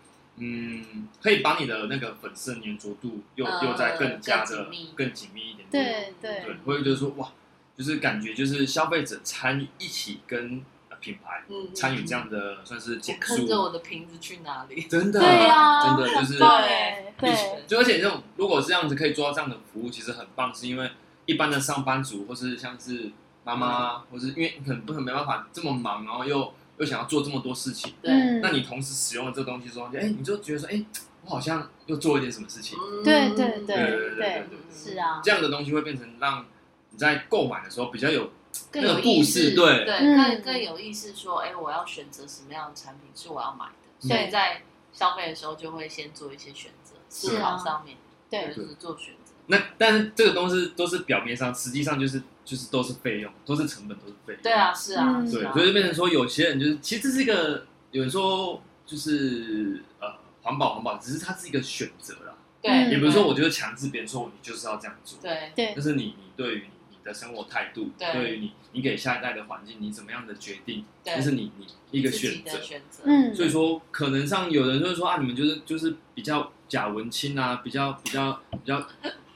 Speaker 3: 嗯，可以把你的那个粉丝的粘着度又、
Speaker 2: 嗯
Speaker 3: 又再更加的
Speaker 2: 更紧密
Speaker 3: 更紧密一点点，
Speaker 1: 对对
Speaker 3: 对，我也觉得说哇，就是感觉就是消费者参与一起跟呃品牌
Speaker 2: 嗯，
Speaker 3: 参与这样的算是
Speaker 2: 我
Speaker 3: 减
Speaker 2: 看着
Speaker 3: 速，
Speaker 2: 我的瓶子去哪里？
Speaker 3: 真的，
Speaker 1: 对啊
Speaker 3: 真的就是
Speaker 1: 对
Speaker 3: 一
Speaker 1: 对
Speaker 3: 起。就而且这种如果这样子可以做到这样的服务，其实很棒，是因为一般的上班族或是像是妈妈，
Speaker 2: 嗯
Speaker 3: 或是因为你可能不可能没办法这么忙，然后又又想要做这么多事情，
Speaker 2: 对，
Speaker 1: 嗯
Speaker 3: 那你同时使用了这个东西之后，哎、你就觉得说，哎、我好像又做了一点什么事情，
Speaker 2: 嗯
Speaker 1: 对对
Speaker 3: 对对对
Speaker 1: 对
Speaker 3: 对
Speaker 1: 对
Speaker 3: 对，
Speaker 1: 是，啊，
Speaker 3: 这样的东西会变成让你在购买的时候比较有
Speaker 2: 更
Speaker 3: 那
Speaker 2: 有
Speaker 3: 个
Speaker 2: 意
Speaker 3: 故
Speaker 2: 识，
Speaker 3: 事对
Speaker 1: 嗯
Speaker 2: 更更有意识说，哎，我要选择什么样的产品是我要买
Speaker 3: 嗯
Speaker 2: 的，所以
Speaker 1: 对
Speaker 2: 在消费的时候就会先做一些选择，思
Speaker 1: 是啊
Speaker 2: 考上面，
Speaker 1: 对
Speaker 2: 就是做选择，
Speaker 3: 那但是这个东西都是表面上，实际上就是就是都是费用，都是成本，都是费用。
Speaker 2: 对，啊，是啊，
Speaker 1: 嗯
Speaker 3: 对
Speaker 2: 是，啊
Speaker 3: 所以就变成说，有些人就是其实这是一个有人说就是呃环保环保，只是它是一个选择啦，
Speaker 1: 嗯
Speaker 2: 对，
Speaker 3: 也不是说我就是强制别人说你就是要这样做，
Speaker 2: 对
Speaker 1: 对
Speaker 3: 但是你你对于你的生活态度，
Speaker 2: 对
Speaker 3: 对于你你给下一代的环境，你怎么样的决定，
Speaker 2: 对，
Speaker 3: 这是你你一个
Speaker 2: 自己
Speaker 3: 选
Speaker 2: 的
Speaker 3: 择。
Speaker 2: 选择，
Speaker 1: 嗯，
Speaker 3: 所以说，可能上有人就会说啊，你们就是就是比较假文青啊，比较比较比较，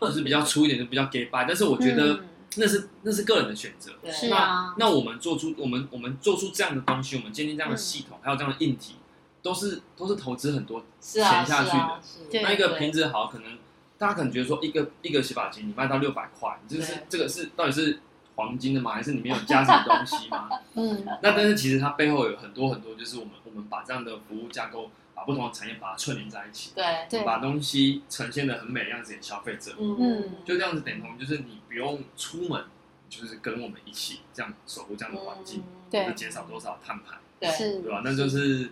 Speaker 3: 就是比较粗一点，就比较 gay 吧。但是我觉得
Speaker 1: 嗯
Speaker 3: 那是、那是个人的选择。
Speaker 2: 对
Speaker 1: 是啊，
Speaker 3: 那我们做出我们我们做出这样的东西，我们建立这样的系统，还有这样的硬体，都是都是投资很多
Speaker 2: 是啊，
Speaker 3: 潜下去
Speaker 2: 是啊，是
Speaker 1: 对
Speaker 3: 那一个瓶子好，可能大家可能觉得说一个一个洗发精你卖到六百块，你这是
Speaker 2: 对
Speaker 3: 这个是到底是黄金的吗？还是里面有加什么东西吗？
Speaker 1: 嗯，
Speaker 3: 那但是其实它背后有很多很多，就是我们我们把这样的服务架构，把不同的产业把它串联在一起，
Speaker 2: 对，
Speaker 1: 对，
Speaker 3: 把东西呈现的很美的样子给消费者，
Speaker 2: 嗯
Speaker 1: 嗯
Speaker 3: 就这样子等同就是你不用出门，就是跟我们一起这样守护这样的环境，
Speaker 1: 对
Speaker 3: 就减少多少碳排，
Speaker 2: 嗯对，
Speaker 1: 是
Speaker 3: 对吧？那就是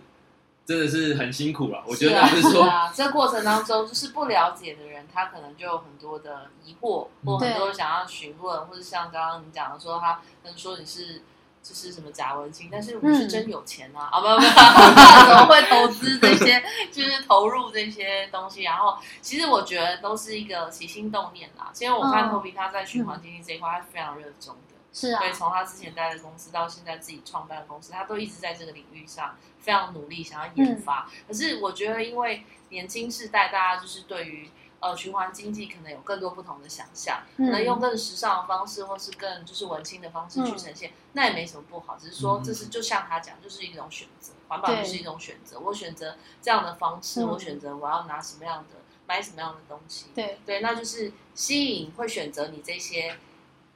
Speaker 3: 真的是很辛苦了，我觉
Speaker 2: 是
Speaker 3: 得那
Speaker 2: 啊
Speaker 3: 不是说。
Speaker 2: 啊，这过程当中，就是不了解的人，他可能就有很多的疑惑，或很多想要询问，或者像刚刚你讲的说，他可能说你是就是什么假文青，但是我是真有钱啊， 啊不不不，怎么会投资这些，就是投入这些东西？然后其实我觉得都是一个起心动念啦，其实我看
Speaker 1: 嗯
Speaker 2: Toby 他在循环经济这一块，他是非常热衷的。
Speaker 1: 是啊，
Speaker 2: 对，从他之前待的公司到现在自己创办的公司，他都一直在这个领域上非常努力，想要
Speaker 1: 嗯
Speaker 2: 研发。可是我觉得，因为年轻世代，大家就是对于呃循环经济可能有更多不同的想象，
Speaker 1: 嗯
Speaker 2: 可能用更时尚的方式，或是更就是文青的方式去
Speaker 1: 嗯
Speaker 2: 呈现，那也没什么不好。只是说，
Speaker 3: 嗯
Speaker 2: 这是就像他讲，就是一种选择，环保就是一种选择。我选择这样的方式，
Speaker 1: 嗯
Speaker 2: 我选择我要拿什么样的，买什么样的东西。
Speaker 1: 对，
Speaker 2: 对，那就是吸引会选择你这些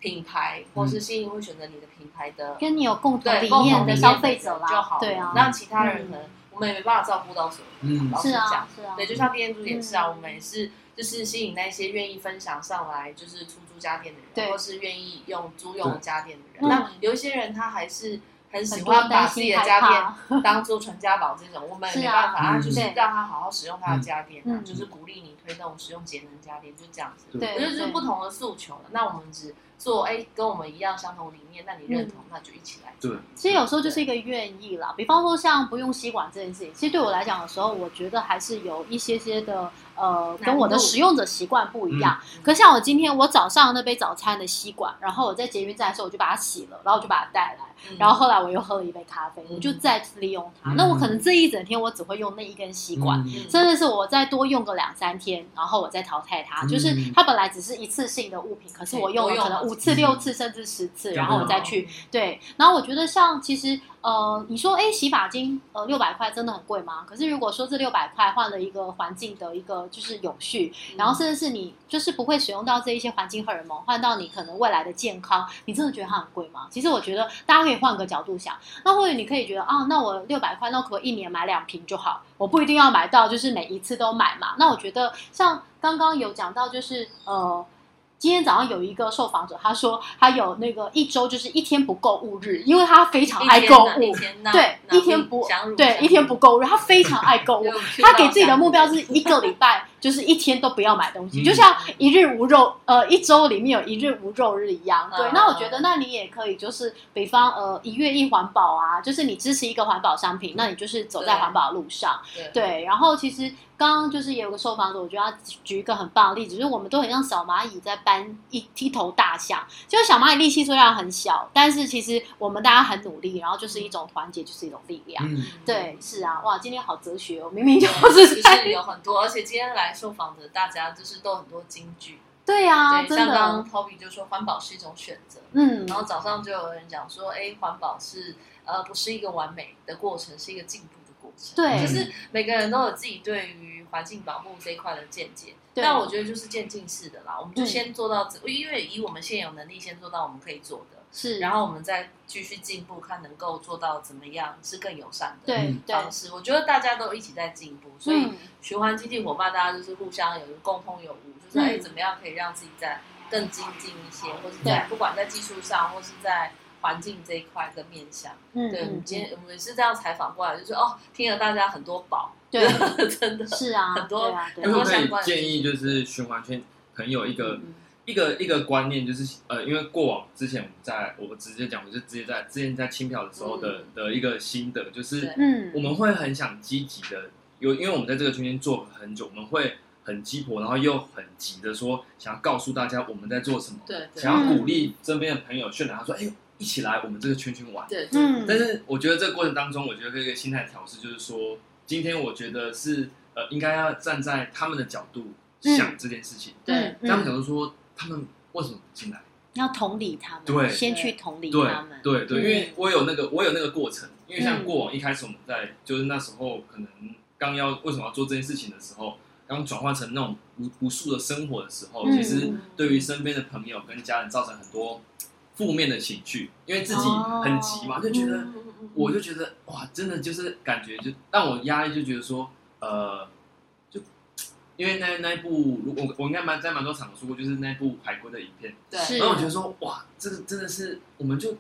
Speaker 2: 品牌，或是吸引会选择你的品牌的、
Speaker 1: 跟你有共同
Speaker 2: 对
Speaker 1: 理
Speaker 2: 共同
Speaker 1: 念的
Speaker 2: 理
Speaker 1: 消费者
Speaker 2: 就
Speaker 1: 啦
Speaker 2: 好，
Speaker 1: 对啊，
Speaker 2: 让其他人可能、我们也没办法照顾到所有人。
Speaker 3: 嗯
Speaker 2: 老
Speaker 1: 是
Speaker 2: 实
Speaker 1: 啊
Speaker 2: 讲，，
Speaker 1: 是啊，
Speaker 2: 对，就像店主也是啊，
Speaker 1: 嗯
Speaker 2: 我们也是就是吸引那些愿意分享上来就是出租家电的
Speaker 1: 对
Speaker 2: 人，或是愿意用租用家电的人。
Speaker 1: 嗯
Speaker 2: 那有一些人他还是很
Speaker 1: 很
Speaker 2: 喜
Speaker 1: 多
Speaker 2: 欢把
Speaker 1: 担
Speaker 2: 自己
Speaker 1: 心
Speaker 2: 的
Speaker 1: 害
Speaker 2: 家电
Speaker 1: 怕，
Speaker 2: 当做传家宝这种，我们也
Speaker 1: 是
Speaker 2: 没
Speaker 1: 啊
Speaker 2: 办法，啊，
Speaker 3: 嗯
Speaker 2: 就是
Speaker 1: 对
Speaker 2: 让他好好使用他的家电啊
Speaker 1: 嗯，
Speaker 2: 就是鼓励你推动使用节能家电，就这样子。
Speaker 1: 对，
Speaker 2: 我觉得就是
Speaker 1: 对
Speaker 2: 不同的诉求了。那我们只做哎、跟我们一样相同理念，那你认
Speaker 1: 嗯
Speaker 2: 同，那就一起来做。
Speaker 3: 对，
Speaker 1: 其实有时候就是一个愿意啦，比方说像不用吸管这件事情，其实对我来讲的时候，我觉得还是有一些些的呃，跟我的使用者习惯不一样。
Speaker 2: 嗯
Speaker 1: 可像我今天我早上那杯早餐的吸管，然后我在捷运站的时候我就把它洗了，然后我就把它带来，
Speaker 2: 嗯
Speaker 1: 然后后来我又喝了一杯咖啡，
Speaker 2: 嗯
Speaker 1: 我就再利用它。
Speaker 3: 嗯
Speaker 1: 那我可能这一整天我只会用那一根吸管。
Speaker 3: 嗯
Speaker 2: 嗯
Speaker 1: 甚至是我再多用个两三天，然后我再淘汰它。
Speaker 3: 嗯
Speaker 1: 就是它本来只是一次性的物品，可是我用
Speaker 2: 对多
Speaker 1: 了
Speaker 2: 用
Speaker 1: 可能
Speaker 2: 了
Speaker 1: 五
Speaker 2: 几
Speaker 1: 次、
Speaker 3: 次
Speaker 1: 六次甚至十次，
Speaker 3: 对
Speaker 1: 然后我再去
Speaker 2: 嗯
Speaker 1: 对，然后我觉得像其实呃，你说哎，洗发精呃六百块真的很贵吗？可是如果说这六百块换了一个环境的一个就是永续，然后甚至是你就是不会使用到这一些环境荷尔蒙，换到你可能未来的健康，你真的觉得它很贵吗？其实我觉得大家可以换个角度想，那或者你可以觉得啊，那我六百块，那可不可以一年买两瓶就好？我不一定要买到，就是每一次都买嘛。那我觉得像刚刚有讲到，就是呃。今天早上有一个受访者，他说他有那个一周就是一天不购物日，因为他非常爱购物，
Speaker 2: 一天呢
Speaker 1: 对，一天不对一天不，购物，他非常爱 购物，他给自己的目标是一个礼拜就是一天都不要买东西，
Speaker 3: 嗯
Speaker 1: 就像一日无肉，呃，一周里面有一日无肉日一样。对，
Speaker 2: 嗯
Speaker 1: 那我觉得，那你也可以就是，比方呃，一月一环保啊，就是你支持一个环保商品，那你就是走在
Speaker 2: 对
Speaker 1: 环保的路上。
Speaker 2: 对
Speaker 1: 对，然后其实刚刚就是也有个受访者，我觉得他举一个很棒的例子，就是我们都很像小蚂蚁在搬一一头大象，就是小蚂蚁力气虽然很小，但是其实我们大家很努力，然后就是一种团结，就是一种力量。
Speaker 3: 嗯，
Speaker 1: 对，是啊，哇，今天好哲学哦，明明就
Speaker 2: 就是 是
Speaker 1: 在
Speaker 2: 有很多，而且今天来受访的大家就是都有很多金句，
Speaker 1: 对呀、
Speaker 2: 对，
Speaker 1: 啊真
Speaker 2: 像刚
Speaker 1: 的，
Speaker 2: 刚 Toby 就说环保是一种选择，
Speaker 1: 嗯，
Speaker 2: 然后早上就有人讲说，哎，环保是呃不是一个完美的过程，是一个进步的过程。
Speaker 1: 对
Speaker 2: 就是每个人都有自己对于环境保护这一块的见解。
Speaker 1: 对啊
Speaker 2: 但我觉得就是渐进式的啦，我们就
Speaker 1: 嗯
Speaker 2: 先做到这，因为以我们现有能力先做到我们可以做的，
Speaker 1: 是，
Speaker 2: 然
Speaker 1: 后
Speaker 2: 后我们再继续进步，看能够做到怎么样是更友善的
Speaker 1: 对
Speaker 3: 嗯
Speaker 1: 对，
Speaker 2: 方式。我觉得大家都一起在进步，所以
Speaker 1: 嗯
Speaker 2: 循环经济伙伴，大家就是互相有一个共同有无，就是
Speaker 1: 嗯
Speaker 2: 哎、怎么样可以让自己在更精进一些，或是
Speaker 1: 对
Speaker 2: 在不管在技术上，或是在环境这一块跟面向。
Speaker 1: 嗯
Speaker 2: 对，我们
Speaker 1: 嗯，
Speaker 2: 今天我们是这样采访过来，就是哦，听了大家很多宝，
Speaker 1: 对，
Speaker 2: 真的，
Speaker 1: 是啊，
Speaker 2: 很多
Speaker 1: 对啊，对
Speaker 3: 因为
Speaker 1: 啊
Speaker 3: 我可以建议就是循环圈可能有一个
Speaker 2: 嗯
Speaker 3: 一个一个观念，就是呃，因为过往之前我们在我直接讲，我就直接在之前在清漂的时候的、的一个心得，就是
Speaker 2: 对
Speaker 3: 我
Speaker 1: 嗯，
Speaker 3: 们会很想积极的，有因为我们在这个圈圈做了很久，我们会很鸡婆，然后又很急的说想要告诉大家我们在做什么，
Speaker 2: 对对
Speaker 3: 想要鼓励身边的朋友渲染，他说哎、一起来我们这个圈圈玩。
Speaker 2: 对，对
Speaker 1: 嗯
Speaker 3: 但是我觉得这个过程当中，我觉得可以一个心态调试，就是说，今天我觉得是呃，应该要站在他们的角度想这件事情。
Speaker 2: 对
Speaker 1: 嗯
Speaker 3: 他们角
Speaker 1: 嗯
Speaker 3: 度说，他们为什么不进来？
Speaker 1: 要同理他们，
Speaker 3: 对
Speaker 1: 先
Speaker 2: 对
Speaker 1: 去同理
Speaker 3: 对
Speaker 1: 他们，
Speaker 3: 对
Speaker 1: 嗯
Speaker 3: 对，因为我有那个我有那个过程，因为像
Speaker 1: 嗯
Speaker 3: 过往一开始我们在就是那时候可能刚要为什么要做这件事情的时候，刚转换成那种无无数的生活的时候，
Speaker 1: 嗯
Speaker 3: 其实对于身边的朋友跟家人造成很多负面的情绪，因为自己
Speaker 1: 哦
Speaker 3: 很急嘛，就觉得。
Speaker 2: 嗯嗯嗯
Speaker 3: 我就觉得哇，真的就是感觉就让我压力就觉得说，呃，就因为那那一部，如我我应该蛮在蛮多场说过，就是那部海龟的影片，
Speaker 2: 对
Speaker 1: 是
Speaker 3: 然后我觉得说哇，这个真的是我们就，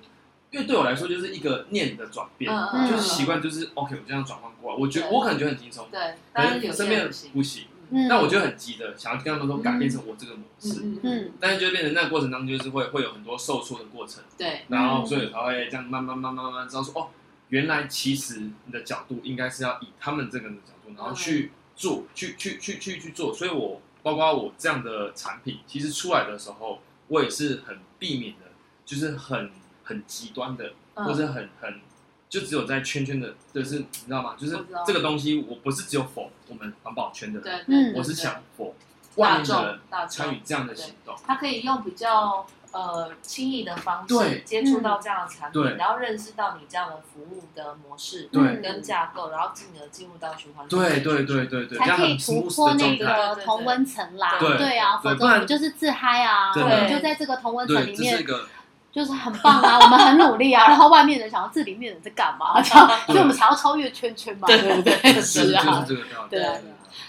Speaker 3: 因为对我来说就是一个念的转变，
Speaker 2: 嗯嗯
Speaker 3: 就是习惯就是 OK，我这样转换过来，我觉得
Speaker 2: 对
Speaker 3: 我可能觉得很轻松，
Speaker 2: 对，当
Speaker 3: 但
Speaker 2: 然有
Speaker 3: 是
Speaker 2: 些
Speaker 3: 身边
Speaker 2: 人
Speaker 3: 人
Speaker 2: 不行
Speaker 3: 不行，
Speaker 1: 嗯，
Speaker 3: 那我就很急的想要跟他们说改变成我这个模式，
Speaker 2: 嗯嗯嗯，
Speaker 1: 嗯
Speaker 3: 但是就会变成那个过程当中就是会会有很多受挫的过程。
Speaker 2: 对，
Speaker 1: 嗯
Speaker 3: 然后所以才会这样慢慢慢慢慢慢知道说，哦，原来其实你的角度应该是要以他们这个人的角度，
Speaker 1: 嗯
Speaker 3: 然后去做，去去去去去做。所以我包括我这样的产品，其实出来的时候，我也是很避免的就是很很极端的，
Speaker 2: 嗯
Speaker 3: 或者很很就只有在圈圈的，就是你知道吗？就是
Speaker 2: 我知道
Speaker 3: 这个东西，我不是只有否我们环保圈的人，
Speaker 2: 对，对
Speaker 1: 嗯
Speaker 2: 对
Speaker 3: 我是
Speaker 2: 对
Speaker 3: 想否外
Speaker 2: 大
Speaker 3: 面的
Speaker 2: 众
Speaker 3: 人
Speaker 2: 大
Speaker 3: 参与
Speaker 2: 众，
Speaker 3: 这样的行动。
Speaker 2: 他可以用比较呃轻易的方式
Speaker 3: 对嗯
Speaker 2: 接触到这样的产
Speaker 3: 对
Speaker 2: 品，然后认识到你这样的服务的模式
Speaker 3: 对
Speaker 1: 嗯
Speaker 2: 跟架构，然后进而进入到循环。
Speaker 3: 对对对对对，这
Speaker 1: 才
Speaker 3: 样
Speaker 1: 可以
Speaker 3: 很
Speaker 1: 突
Speaker 3: smooth
Speaker 1: 破
Speaker 3: 的
Speaker 1: 那
Speaker 3: 状态。
Speaker 1: 个同温层啦。
Speaker 2: 对
Speaker 1: 对啊，
Speaker 3: 对
Speaker 1: 否则
Speaker 3: 不
Speaker 1: 我
Speaker 3: 然
Speaker 1: 们就是自嗨啊，我
Speaker 3: 对
Speaker 1: 们就在这个同温层
Speaker 3: 对，
Speaker 1: 里
Speaker 3: 这是一
Speaker 1: 面，
Speaker 3: 个
Speaker 1: 就是很棒啊，我们很努力啊，然后外面人想要自里面人在干嘛，这 样，所以我们才要超越圈圈嘛，
Speaker 2: 对
Speaker 1: 对不对？
Speaker 2: 是啊
Speaker 3: 就是这个道理。
Speaker 1: 对啊
Speaker 3: 对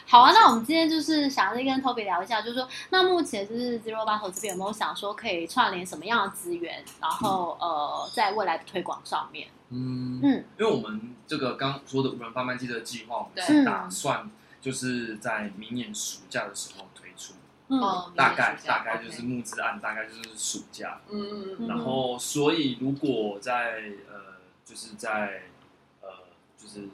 Speaker 1: 好啊，那我们今天就是想要再跟 Toby 聊一下，就是说，那目前就是 Zero b a t t l 这边有没有想说可以串联什么样的资源，然后呃，在未来的推广上面，
Speaker 3: 嗯，
Speaker 1: 嗯
Speaker 3: 因为我们这个刚刚说的无人贩卖机的计划，我们
Speaker 2: 对
Speaker 3: 是打算就是在明年暑假的时候推出，
Speaker 1: 嗯
Speaker 2: 嗯，
Speaker 3: 大概
Speaker 2: 理解
Speaker 3: 大概就是
Speaker 2: OK
Speaker 3: 募资案，大概就是暑假。
Speaker 2: 嗯嗯嗯
Speaker 1: 嗯
Speaker 3: 然后，所以如果在呃，就是在呃，就是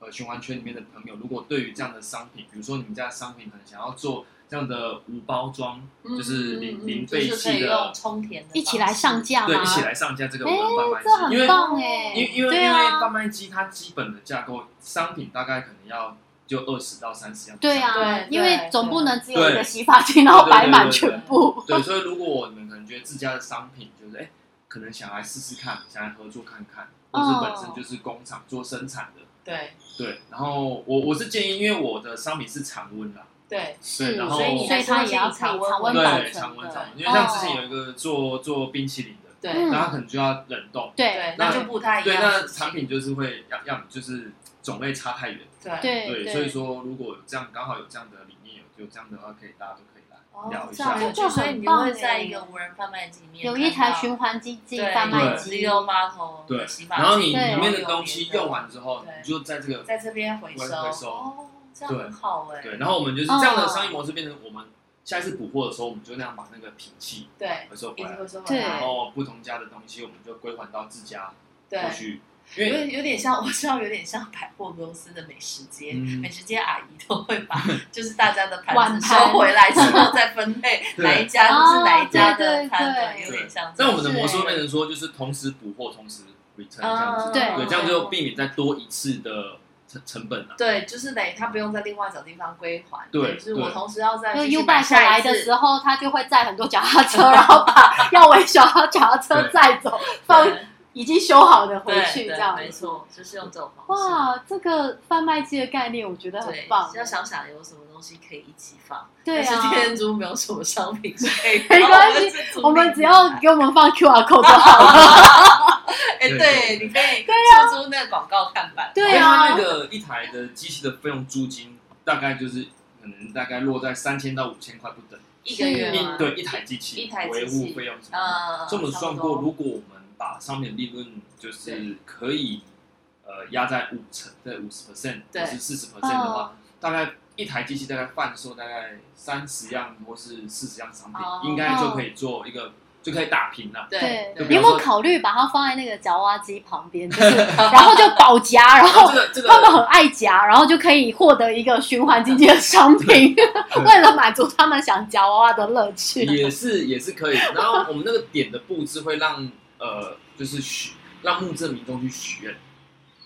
Speaker 3: 呃循环圈里面的朋友，如果对于这样的商品，比如说你们家的商品可能想要做这样的无包装，
Speaker 2: 嗯，
Speaker 3: 就是零
Speaker 2: 嗯嗯
Speaker 3: 零
Speaker 2: 就
Speaker 3: 废
Speaker 2: 是可
Speaker 3: 弃
Speaker 2: 以
Speaker 3: 的
Speaker 2: 用，充填的，
Speaker 1: 一起来上，架
Speaker 3: 对，
Speaker 1: 吗
Speaker 3: 一？起来上架这个无
Speaker 1: 哎
Speaker 3: 人
Speaker 1: 这
Speaker 3: 贩卖机，
Speaker 1: 很
Speaker 3: 因为
Speaker 1: 棒哎，
Speaker 3: 因因为、
Speaker 1: 对
Speaker 3: 因为
Speaker 1: 啊，
Speaker 3: 贩卖机它基本的架构，商品大概可能要就二十到三十样。
Speaker 1: 对啊
Speaker 2: 对，
Speaker 1: 因为总不能只有一个
Speaker 3: 对
Speaker 1: 洗发精，然后摆满全部，
Speaker 3: 对，所以如果你们可能觉得自家的商品就是哎、可能想来试试看，想来合作看看，或
Speaker 1: 哦
Speaker 3: 是本身就是工厂做生产的，
Speaker 2: 对
Speaker 3: 对。然后我我是建议，因为我的商品是常温啦，
Speaker 2: 对，
Speaker 1: 是，
Speaker 3: 对然后
Speaker 1: 所以它也要可以常温保
Speaker 3: 对，
Speaker 1: 存
Speaker 3: 常温
Speaker 1: 的，哦
Speaker 3: 常温。因为像之前有一个做做冰淇淋的，
Speaker 2: 对
Speaker 1: 嗯
Speaker 3: 那它可能就要冷冻，
Speaker 1: 对
Speaker 2: 对，那就不太一
Speaker 3: 对，
Speaker 2: 样。
Speaker 3: 那产品就是会要要就是种类差太远。
Speaker 2: 对
Speaker 1: 对
Speaker 3: 对，所以说如果有这样刚好有这样的理念，有有这样的话，可以大家都可以来聊一
Speaker 2: 哦这样
Speaker 3: 下。
Speaker 1: 这
Speaker 2: 有
Speaker 1: 就
Speaker 2: 趣，
Speaker 1: 很
Speaker 2: 所以你就
Speaker 1: 棒
Speaker 2: 会
Speaker 1: 哎
Speaker 2: 在一个无人贩卖机里面
Speaker 1: 有一
Speaker 2: 看
Speaker 1: 台
Speaker 2: 到
Speaker 1: 循环机进
Speaker 2: 对
Speaker 1: 贩卖
Speaker 3: 对
Speaker 1: 机，
Speaker 2: ，Zero Bottle
Speaker 3: 对
Speaker 2: 的洗，发
Speaker 3: 然后你
Speaker 2: 精
Speaker 1: 对
Speaker 3: 里面的
Speaker 2: 然后有
Speaker 3: 东西
Speaker 2: 别的
Speaker 3: 用完之后，
Speaker 2: 对
Speaker 3: 你就在这个
Speaker 2: 在这边回收，
Speaker 3: 回收
Speaker 2: 哦，这样很好哎，
Speaker 3: 对，然后我们就是这样的商业模式，变成我们下一次补货的时候，我们就那样把那个瓶器
Speaker 2: 对，
Speaker 3: 回收回
Speaker 2: 一直
Speaker 3: 来，
Speaker 2: 回收回
Speaker 1: 对
Speaker 2: 来
Speaker 3: 然，后不同家的东西我们就归还到自家
Speaker 2: 对，
Speaker 3: 过去，因
Speaker 2: 有
Speaker 3: 为
Speaker 2: 点有点像，我 知道有点像百货公司的美食街，
Speaker 3: 嗯
Speaker 2: 美食街阿姨都会 把就是大家的
Speaker 1: 碗
Speaker 2: 盘子
Speaker 1: 盘
Speaker 2: 收回来之后再分 类，
Speaker 3: 对
Speaker 2: 哪一家就是哪一家的
Speaker 1: 哦
Speaker 2: 餐
Speaker 1: 对
Speaker 2: 的，
Speaker 1: 对
Speaker 2: 有点像这
Speaker 3: 但
Speaker 2: 样。
Speaker 3: 我们的模式
Speaker 1: 是
Speaker 3: 会
Speaker 2: 欸
Speaker 3: 变成说，就是同时补货，同时 return 这样
Speaker 2: 啊
Speaker 3: 子，
Speaker 1: 对
Speaker 3: 对，这样就避免再多一次的成成本啊。
Speaker 2: 对，就是等于他不用在另外找地方归还，
Speaker 3: 对
Speaker 2: 就是我
Speaker 3: 对
Speaker 2: 同时要在
Speaker 1: 因为
Speaker 2: 继
Speaker 1: U
Speaker 2: 续买
Speaker 1: bike
Speaker 2: 下
Speaker 1: 来
Speaker 2: 一
Speaker 1: 的
Speaker 2: 次
Speaker 1: 时候，他就会载很多脚踏车，然 后把要维修好脚踏车载走，放
Speaker 2: 对
Speaker 1: 已经修好的回
Speaker 2: 对
Speaker 1: 去，
Speaker 2: 对
Speaker 1: 这样
Speaker 2: 没
Speaker 1: 子。
Speaker 2: 错，就是用这种方式。
Speaker 1: 哇，这个贩卖机的概念，我觉得很
Speaker 2: 对
Speaker 1: 棒，。
Speaker 2: 要想想有什么东西可以一起放。
Speaker 1: 对
Speaker 2: 但
Speaker 1: 啊
Speaker 2: 是，天竺没有什么商品是可以
Speaker 1: 没关系
Speaker 2: 系
Speaker 1: 我们只要给我们 放 QR code 就好了。
Speaker 2: 哎，
Speaker 3: 对
Speaker 2: 对，你
Speaker 3: 对
Speaker 2: 可以抽出那个广告看板。
Speaker 1: 啊对
Speaker 3: 因为它那
Speaker 1: 啊，
Speaker 3: 个一台的机器的费用租金大概就是可能大概落在三千到五千块不等，
Speaker 2: 一个月
Speaker 1: 嗯
Speaker 2: 嘛
Speaker 3: 一对一台机器
Speaker 2: 啊一台
Speaker 3: 维
Speaker 2: 机器
Speaker 3: 护费用什么的。
Speaker 2: 呃，
Speaker 3: 这么
Speaker 2: 差
Speaker 3: 算
Speaker 2: 不
Speaker 3: 过，
Speaker 2: 多
Speaker 3: 如果我们把商品利润就是可以呃压在五成，对五十 percent
Speaker 2: 对嗯
Speaker 3: 或是四十 percent 的
Speaker 1: 嗯
Speaker 3: 话，大概一台机器大概贩售大概三十样或是四十样商品
Speaker 2: 哦，
Speaker 3: 应该就可以做一个就可以打平了。
Speaker 2: 对
Speaker 1: 对，
Speaker 3: 就
Speaker 1: 你
Speaker 3: 比
Speaker 1: 有
Speaker 3: 方
Speaker 1: 没有
Speaker 3: 说
Speaker 1: 考虑把它放在那个夹娃娃机旁 边，就是然后就保夹，然
Speaker 2: 哦
Speaker 1: 后
Speaker 3: 这个这
Speaker 1: 他们
Speaker 3: 个
Speaker 1: 很爱夹，然后就可以获得一个循环经济的商品， 为了满足他们想夹娃娃的乐趣。
Speaker 3: 也是也是可以。然后我们那个点的布置会让呃就是许让募资的民众去许愿，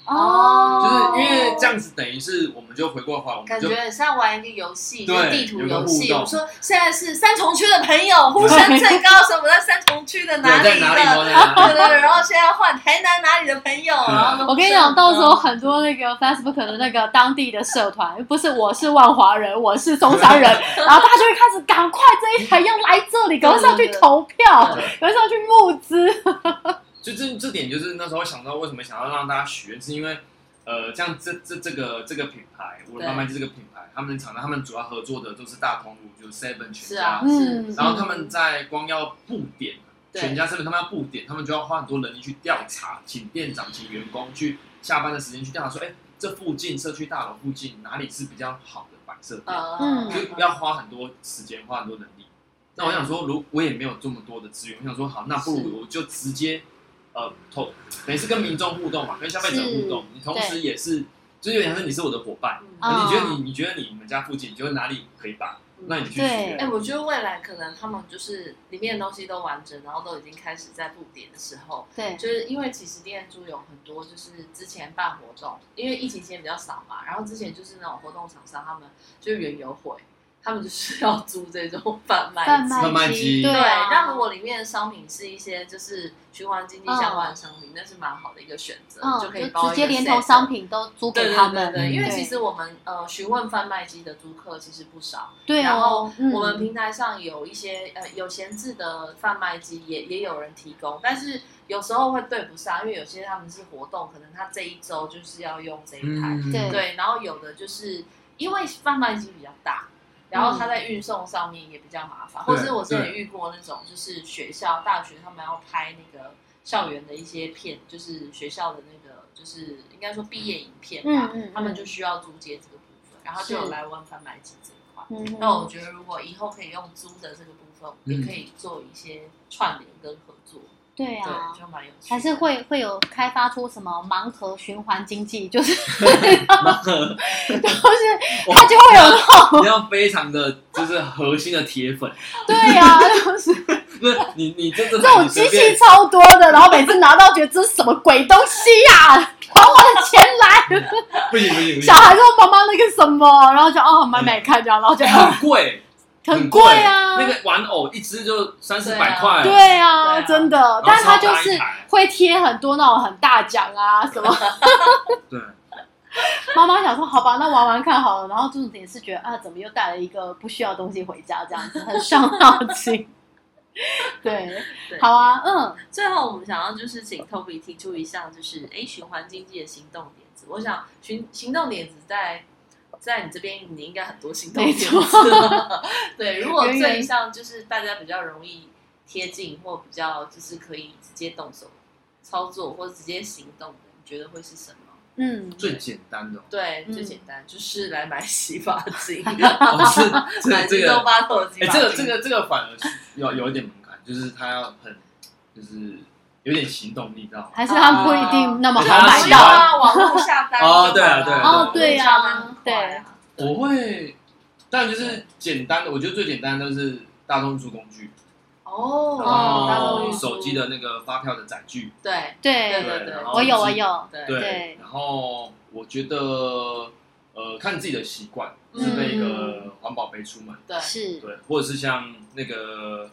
Speaker 1: 哦，
Speaker 3: 就是因为这样子等于是我们就回过头来，我们
Speaker 2: 感
Speaker 3: 就
Speaker 2: 觉很像玩一个游戏，就
Speaker 3: 对
Speaker 2: 是地图游戏。
Speaker 3: 有个
Speaker 2: 我
Speaker 3: 互动
Speaker 2: 说现在是三重区的朋友，呼声最高，什么在三重区的
Speaker 3: 对
Speaker 2: 里
Speaker 3: 在哪里
Speaker 2: 的，
Speaker 3: 摸在哪里。
Speaker 2: 对对，然后现在要换台南哪里的朋友，
Speaker 3: 对
Speaker 2: 然后
Speaker 1: 我跟你讲，到时候很多那个 Facebook 的那个当地的社团，不是我是万华人，我是中山 人，然后大家就会开始赶快这一台要来这里，赶快上去投票，
Speaker 3: 对
Speaker 1: 赶快上去募资。
Speaker 3: 就这这点，就是那时候想到为什么想要让大家许愿，是因为呃，像这这这个这个品牌，我的贩卖机这个品牌，他们的厂商他们主要合作的都是大同路，就是 Seven
Speaker 2: 是
Speaker 3: 全
Speaker 2: 啊
Speaker 3: 家，，
Speaker 1: 嗯
Speaker 3: 然后他们在光要布点
Speaker 2: 对
Speaker 3: 全家 Seven，他们要布点，他们就要花很多人力去调查，请店长、请员工去下班的时间去调查，说，哎，这附近社区大楼附近哪里是比较好的摆设点，
Speaker 1: 嗯
Speaker 2: 嗯，
Speaker 3: 就是要花很多时间，花很多能力。那我想说，如我也没有这么多的资源，我想说好，那不
Speaker 2: 是
Speaker 3: 如我就直接呃投，等于是跟民众互动嘛，跟消费者互动，你同时也是，就是有点像是你是我的伙伴，
Speaker 2: 嗯
Speaker 1: 啊
Speaker 3: 你觉得你你觉得你们家附近，你觉得哪里可以摆，那你去
Speaker 1: 对
Speaker 2: 哎、
Speaker 3: 学，
Speaker 2: 我觉得未来可能他们就是里面的东西都完整，然后都已经开始在布点的时候，
Speaker 1: 对，
Speaker 2: 就是因为其实店主有很多就是之前办活动，因为疫情期间比较少嘛，然后之前就是那种活动厂商他们就原游会，他们就是要租这种贩卖
Speaker 1: 贩
Speaker 2: 机
Speaker 3: 贩卖
Speaker 1: 机，
Speaker 3: 机
Speaker 2: 对，
Speaker 1: 啊，
Speaker 2: 那如果里面的商品是一些就是循环经济相关的商品，那是蛮好的一个选择，
Speaker 1: 嗯，
Speaker 2: 就可以包
Speaker 1: 直接连同商。品都租
Speaker 2: 对
Speaker 1: 给
Speaker 2: 对
Speaker 1: 他
Speaker 2: 对
Speaker 1: 们，嗯
Speaker 2: 对，因为
Speaker 1: 对
Speaker 2: 其实我们呃询问贩卖机的租客其实不少，
Speaker 1: 对
Speaker 2: 然
Speaker 1: 哦
Speaker 2: 后，
Speaker 1: 嗯
Speaker 2: 我们平台上有一些呃有闲置的贩卖机也也有人提供，但是有时候会对不上，因为有些他们是活动，可能他这一周就是要用这一台，
Speaker 3: 嗯，
Speaker 1: 对
Speaker 2: 对，然后有的就是因为贩卖机比较大，然后它在运送上面也比较麻烦，或者是我之前遇过那种就是学校大学他们要拍那个校园的一些片，就是学校的那个就是应该说毕业影片吧，
Speaker 1: 嗯嗯嗯
Speaker 2: 他们就需要租借这个部分，然后就是有来问贩卖机这一块。
Speaker 1: 嗯
Speaker 2: 那
Speaker 3: 哦
Speaker 2: 我觉得如果以后可以用租的这个部分，也
Speaker 3: 嗯
Speaker 2: 可以做一些串联跟合作，
Speaker 1: 对啊
Speaker 2: 对，。就蛮有趣的。
Speaker 1: 还是会会有开发出什么盲盒循环经济，就是 就是它就会有那种
Speaker 3: 你要非常的就是核心的铁粉，
Speaker 1: 对 呀、就是
Speaker 3: 不是你你这这
Speaker 1: 这种机器超多的，然后每次拿到觉得这是什么鬼东西 呀、还我的钱来！
Speaker 3: 不行不行不行
Speaker 1: 小，孩说妈妈那个什么，然后就哦买买看这样，然后 就、啊
Speaker 3: 很贵
Speaker 1: 很
Speaker 3: 贵
Speaker 1: 贵啊，
Speaker 3: 那个玩偶一只就三四
Speaker 2: 对啊
Speaker 3: 百块，
Speaker 1: 对啊，
Speaker 2: 对啊
Speaker 1: 真的
Speaker 3: 后，
Speaker 1: 但他
Speaker 3: 超
Speaker 1: 就
Speaker 3: 大一
Speaker 1: 是
Speaker 3: 台
Speaker 1: 会贴很多那种很大奖啊什么。
Speaker 3: 对，
Speaker 1: 妈妈想说好吧，那玩玩看好了，然后重点是觉得啊，怎么又带了一个不需要的东西回家，这样子很伤脑筋。 对，
Speaker 2: 对
Speaker 1: 好啊，嗯，
Speaker 2: 最后，我们想要就是请 Toby 提出一项就是诶循环经济的行动点子。我想行行动点子在在你这边，你应该很多行动点
Speaker 1: 没
Speaker 2: 子。 对，如果
Speaker 1: 远
Speaker 2: 这
Speaker 1: 远
Speaker 2: 一项就是大家比较容易贴近，或比较就是可以直接动手操作或直接行动的，你觉得会是什么？
Speaker 1: 嗯，
Speaker 3: 最简单的
Speaker 2: 对，
Speaker 1: 嗯
Speaker 2: 最简单、就是来买洗发 精，
Speaker 3: 哦 是
Speaker 2: 买
Speaker 3: 这这
Speaker 2: 金
Speaker 3: 个
Speaker 2: 豆巴豆的洗
Speaker 3: 哎、
Speaker 2: 发
Speaker 3: 这
Speaker 2: 精。
Speaker 3: 个这个这个反而是要有一点门槛，就是他要很，就是有点行动力，知道吗？
Speaker 1: 还是他们不一定那么好
Speaker 2: 不
Speaker 1: 买
Speaker 3: 啊对
Speaker 2: 用
Speaker 1: 到。
Speaker 2: 啊，网络下单
Speaker 3: 哦
Speaker 2: 就好了
Speaker 3: 对啊对啊
Speaker 1: 哦，对
Speaker 2: 网络下单
Speaker 1: 呀
Speaker 2: 很，快
Speaker 1: 对
Speaker 2: 啊，
Speaker 3: 我会，但就是简单的，我觉得最简单的就是大众运输工具，
Speaker 2: 哦，大
Speaker 1: 哦
Speaker 2: 众
Speaker 3: 然
Speaker 2: 运
Speaker 3: 后
Speaker 2: 输
Speaker 3: 手机的那个发票的载具，
Speaker 2: 对对
Speaker 1: 对，
Speaker 2: 对对
Speaker 3: 然后
Speaker 1: 我有啊
Speaker 3: 是
Speaker 1: 我，有，
Speaker 2: 对
Speaker 3: 对，
Speaker 1: 对
Speaker 3: 然后我觉得呃，看自己的习惯，
Speaker 2: 嗯
Speaker 3: 自备一个环保杯出门，
Speaker 2: 对
Speaker 1: 是
Speaker 3: 对，或者是像那个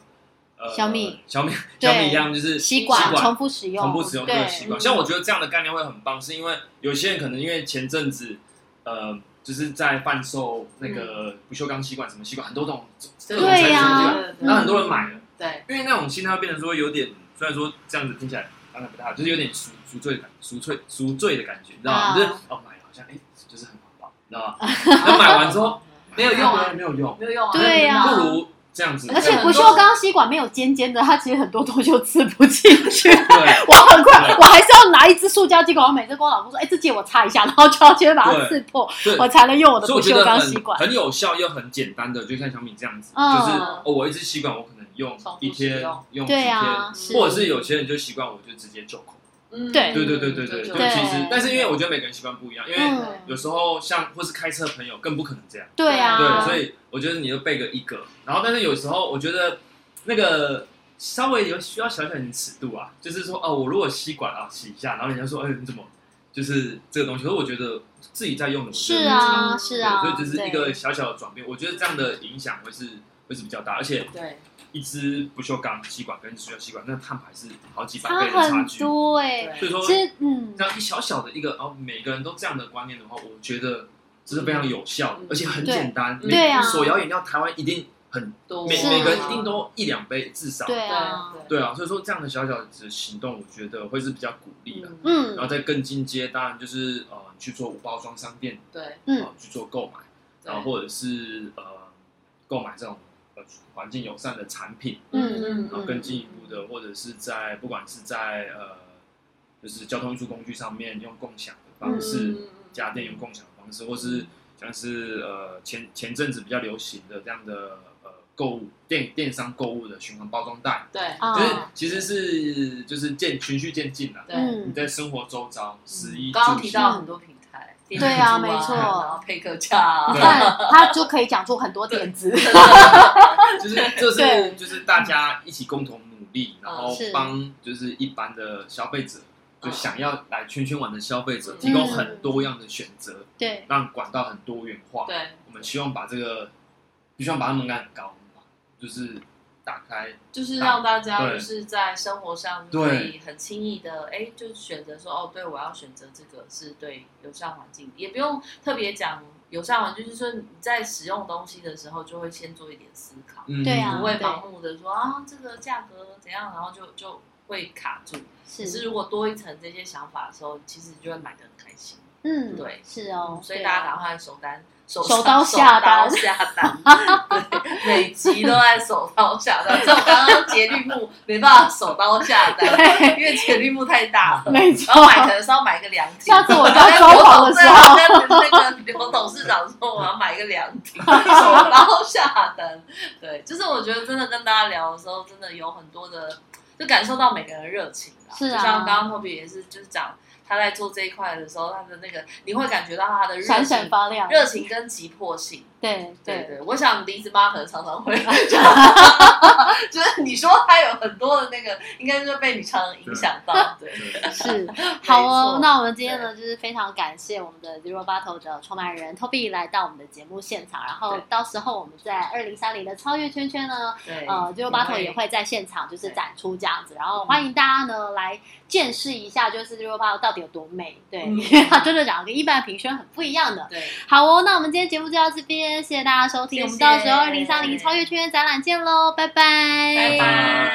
Speaker 3: 呃
Speaker 1: 小米
Speaker 3: 小米
Speaker 1: 对
Speaker 3: 小米一样，就是
Speaker 1: 吸
Speaker 2: 管
Speaker 1: 管重复使用，
Speaker 3: 同步使用这
Speaker 1: 对
Speaker 3: 个习惯。
Speaker 2: 嗯
Speaker 3: 像我觉得这样的概念会很棒，是因为有些人可能因为前阵子，呃，就是在贩售那
Speaker 1: 嗯
Speaker 3: 个不锈钢吸管、什么吸管，很多种，
Speaker 2: 对
Speaker 1: 对啊呀
Speaker 2: 对
Speaker 3: 然后很多人买了，
Speaker 2: 对
Speaker 3: 因为那种心态会变成说有点，虽然说这样子听起来当然不大，就是有点赎赎罪的感，赎罪赎罪的感觉，你知道
Speaker 1: 啊
Speaker 3: 吗？就是哦买了好像哎、就是很环保，你知道吗？那买完 之后没有用啊，没有用，
Speaker 2: 没有用啊，
Speaker 1: 对呀
Speaker 3: 不如这样子，
Speaker 1: 而且不
Speaker 3: 对
Speaker 1: 锈钢吸管没有尖尖的，它其实很多东西都吃不进 去。
Speaker 3: 对
Speaker 1: 我很快
Speaker 3: 对，
Speaker 1: 我还是要拿一支塑胶吸管。我每次跟我老公说：“哎、这借我擦一下。”然后就要去把它刺破，
Speaker 3: 对
Speaker 1: 我才能用我的
Speaker 3: 所以
Speaker 1: 不
Speaker 3: 我觉
Speaker 1: 锈
Speaker 3: 得
Speaker 1: 钢吸
Speaker 3: 很
Speaker 1: 管。
Speaker 3: 很有效又很简单的，就像小米这样子，
Speaker 1: 嗯
Speaker 3: 就是哦，我一支吸管我可能用
Speaker 2: 重复
Speaker 3: 一
Speaker 2: 使
Speaker 3: 天
Speaker 2: 用，
Speaker 3: 用几
Speaker 1: 对
Speaker 3: 天，
Speaker 1: 啊，
Speaker 2: 几
Speaker 1: 是
Speaker 2: 天
Speaker 3: 或者是有些人就习惯我就直接就口，
Speaker 2: 嗯
Speaker 1: 对
Speaker 3: 对对对对对
Speaker 1: 对
Speaker 3: 其实但是因为我觉得每个人习惯不一样，因为
Speaker 1: 嗯，
Speaker 3: 有时候像或是开车的朋友更不可能这样，
Speaker 1: 对啊，
Speaker 3: 对，所以我觉得你就备个一个，然后但是有时候我觉得那个。稍微有需要小小点尺度啊，就是说哦，我如果吸管啊洗一下，然后人家说哎你怎么就是这个东西，可是我觉得自己在用的，我觉得
Speaker 1: 是啊，
Speaker 2: 嗯
Speaker 1: 是啊，
Speaker 3: 对，所以只是一个
Speaker 1: 对
Speaker 3: 小小的转变。我觉得这样的影响会是会是比较大，而且
Speaker 2: 对
Speaker 3: 一支不锈钢吸管跟塑胶吸管，那碳排是好几百
Speaker 1: 差
Speaker 3: 倍的差
Speaker 1: 很
Speaker 3: 距。所
Speaker 1: 多哎、
Speaker 3: 以说，
Speaker 1: 其实嗯
Speaker 3: 这，样一小小的一个，哦，每个人都这样的观念的话，我觉得这是非常有效
Speaker 2: 嗯
Speaker 3: 的，而且很简单。
Speaker 2: 对
Speaker 3: 每
Speaker 1: 对啊
Speaker 3: 手摇饮料台湾一定很
Speaker 2: 多
Speaker 3: 每
Speaker 1: 是啊
Speaker 3: 每个人一定都一两杯至少。
Speaker 1: 对
Speaker 2: 对
Speaker 1: 啊，
Speaker 3: 对啊，所以说这样的小小的行动，我觉得会是比较鼓励的。
Speaker 2: 嗯
Speaker 1: 嗯
Speaker 3: 然后再更进阶，当然就是呃，你去做无包装商店，
Speaker 2: 对
Speaker 1: 嗯
Speaker 3: 呃，去做购买。然后或者是呃购买这种呃环境友善的产品，
Speaker 1: 嗯
Speaker 3: 然后更进一步的，或者是在不管是在呃就是交通运输工具上面用共享的方
Speaker 2: 嗯
Speaker 3: 式，家电用共享的方式，或是像是呃前前阵子比较流行的这样的呃购物电电商购物的循环包装袋，
Speaker 2: 对
Speaker 1: 啊
Speaker 3: 就是其实是就是渐循序渐进啦。
Speaker 2: 对，嗯
Speaker 1: 嗯
Speaker 3: 你在生活周遭，十一
Speaker 2: 刚刚
Speaker 3: 住
Speaker 2: 提
Speaker 3: 行
Speaker 2: 到很多平台，点
Speaker 1: 对啊
Speaker 2: 珠
Speaker 1: 没错
Speaker 2: 然后配客家啊，
Speaker 3: 对
Speaker 1: 但他就可以讲出很多点子。
Speaker 3: 就是这
Speaker 1: 对嗯
Speaker 3: 是就是大家一起共同努力，然后
Speaker 1: 是
Speaker 3: 帮就是一般的消费者，就
Speaker 2: 嗯
Speaker 3: 想要来圈圈玩的消费者
Speaker 2: 嗯
Speaker 3: 提供很多样的选择，
Speaker 1: 对，
Speaker 3: 让管道很多元化。
Speaker 2: 对，
Speaker 3: 我们希望把这个，就希望把它门槛很高嘛，就是打开。
Speaker 2: 就是让大家
Speaker 3: 对
Speaker 2: 就是在生活上就可以很轻易的，哎，就选择说，哦，对我要选择这个是对友善环境，也不用特别讲友善环境，就是说你在使用东西的时候，就会先做一点思考，
Speaker 3: 嗯，
Speaker 1: 对啊
Speaker 2: 不会
Speaker 1: 对
Speaker 2: 盲目的说啊，这个价格怎样，然后就就会卡住。只是
Speaker 1: 是，
Speaker 2: 如果多一层这些想法的时候，其实你就会买的很开心。
Speaker 1: 嗯，
Speaker 2: 对，
Speaker 1: 是哦，
Speaker 2: 所以
Speaker 1: 对
Speaker 2: 大家
Speaker 1: 啊
Speaker 2: 赶快手单手
Speaker 1: 手
Speaker 2: 手
Speaker 1: 刀下单
Speaker 2: 手刀下 单，对，每集都在手刀下单。所以我刚刚节律木没办法手刀下 单，因为节律木太大了。
Speaker 1: 没错
Speaker 2: 然，后买可能是要买个凉亭，
Speaker 1: 下次我当装潢的时候
Speaker 2: 哎我在跟那个刘董事长说我要买一个凉亭，手刀下单。对，就是我觉得真的跟大家聊的时候，真的有很多的，就感受到每个人的热情啦。
Speaker 1: 是啊
Speaker 2: 就像刚刚 Toby 也是，就是讲他在做这一块的时候，他的那个你会感觉到他的热情
Speaker 1: 闪闪发亮，
Speaker 2: 热情跟急迫性。
Speaker 1: 对
Speaker 2: 对
Speaker 1: 对
Speaker 2: 对，我想离子妈可能常常 会，就是你说她有很多的那个，应该就是被你常常影响到， 对，
Speaker 1: 是， 好哦
Speaker 2: 错。
Speaker 1: 那我们今天呢，就是非常感谢我们的 Zero Battle 的创办人 Toby 来到我们的节目现场，然后
Speaker 2: 对
Speaker 1: 到时候我们在二零三零的超越圈圈呢，
Speaker 2: 对，
Speaker 1: 呃，Zero Battle 也
Speaker 2: 也会
Speaker 1: 会在现场就是
Speaker 2: 对嗯
Speaker 1: 展出这样子，然后欢迎大家呢来见识一下，就是 Zero Battle 到底有多美，对
Speaker 2: 嗯，
Speaker 1: 它 真的长得跟一般的评选很不一样的。
Speaker 2: 对，
Speaker 1: 好哦，那我们今天节目就到这边，谢谢大家收听，
Speaker 2: 谢谢
Speaker 1: 我们到时候二零三零超越圈展览见喽，拜拜，
Speaker 2: 拜拜
Speaker 3: 拜。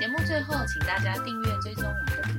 Speaker 2: 节目最后，请大家订阅追踪我们的频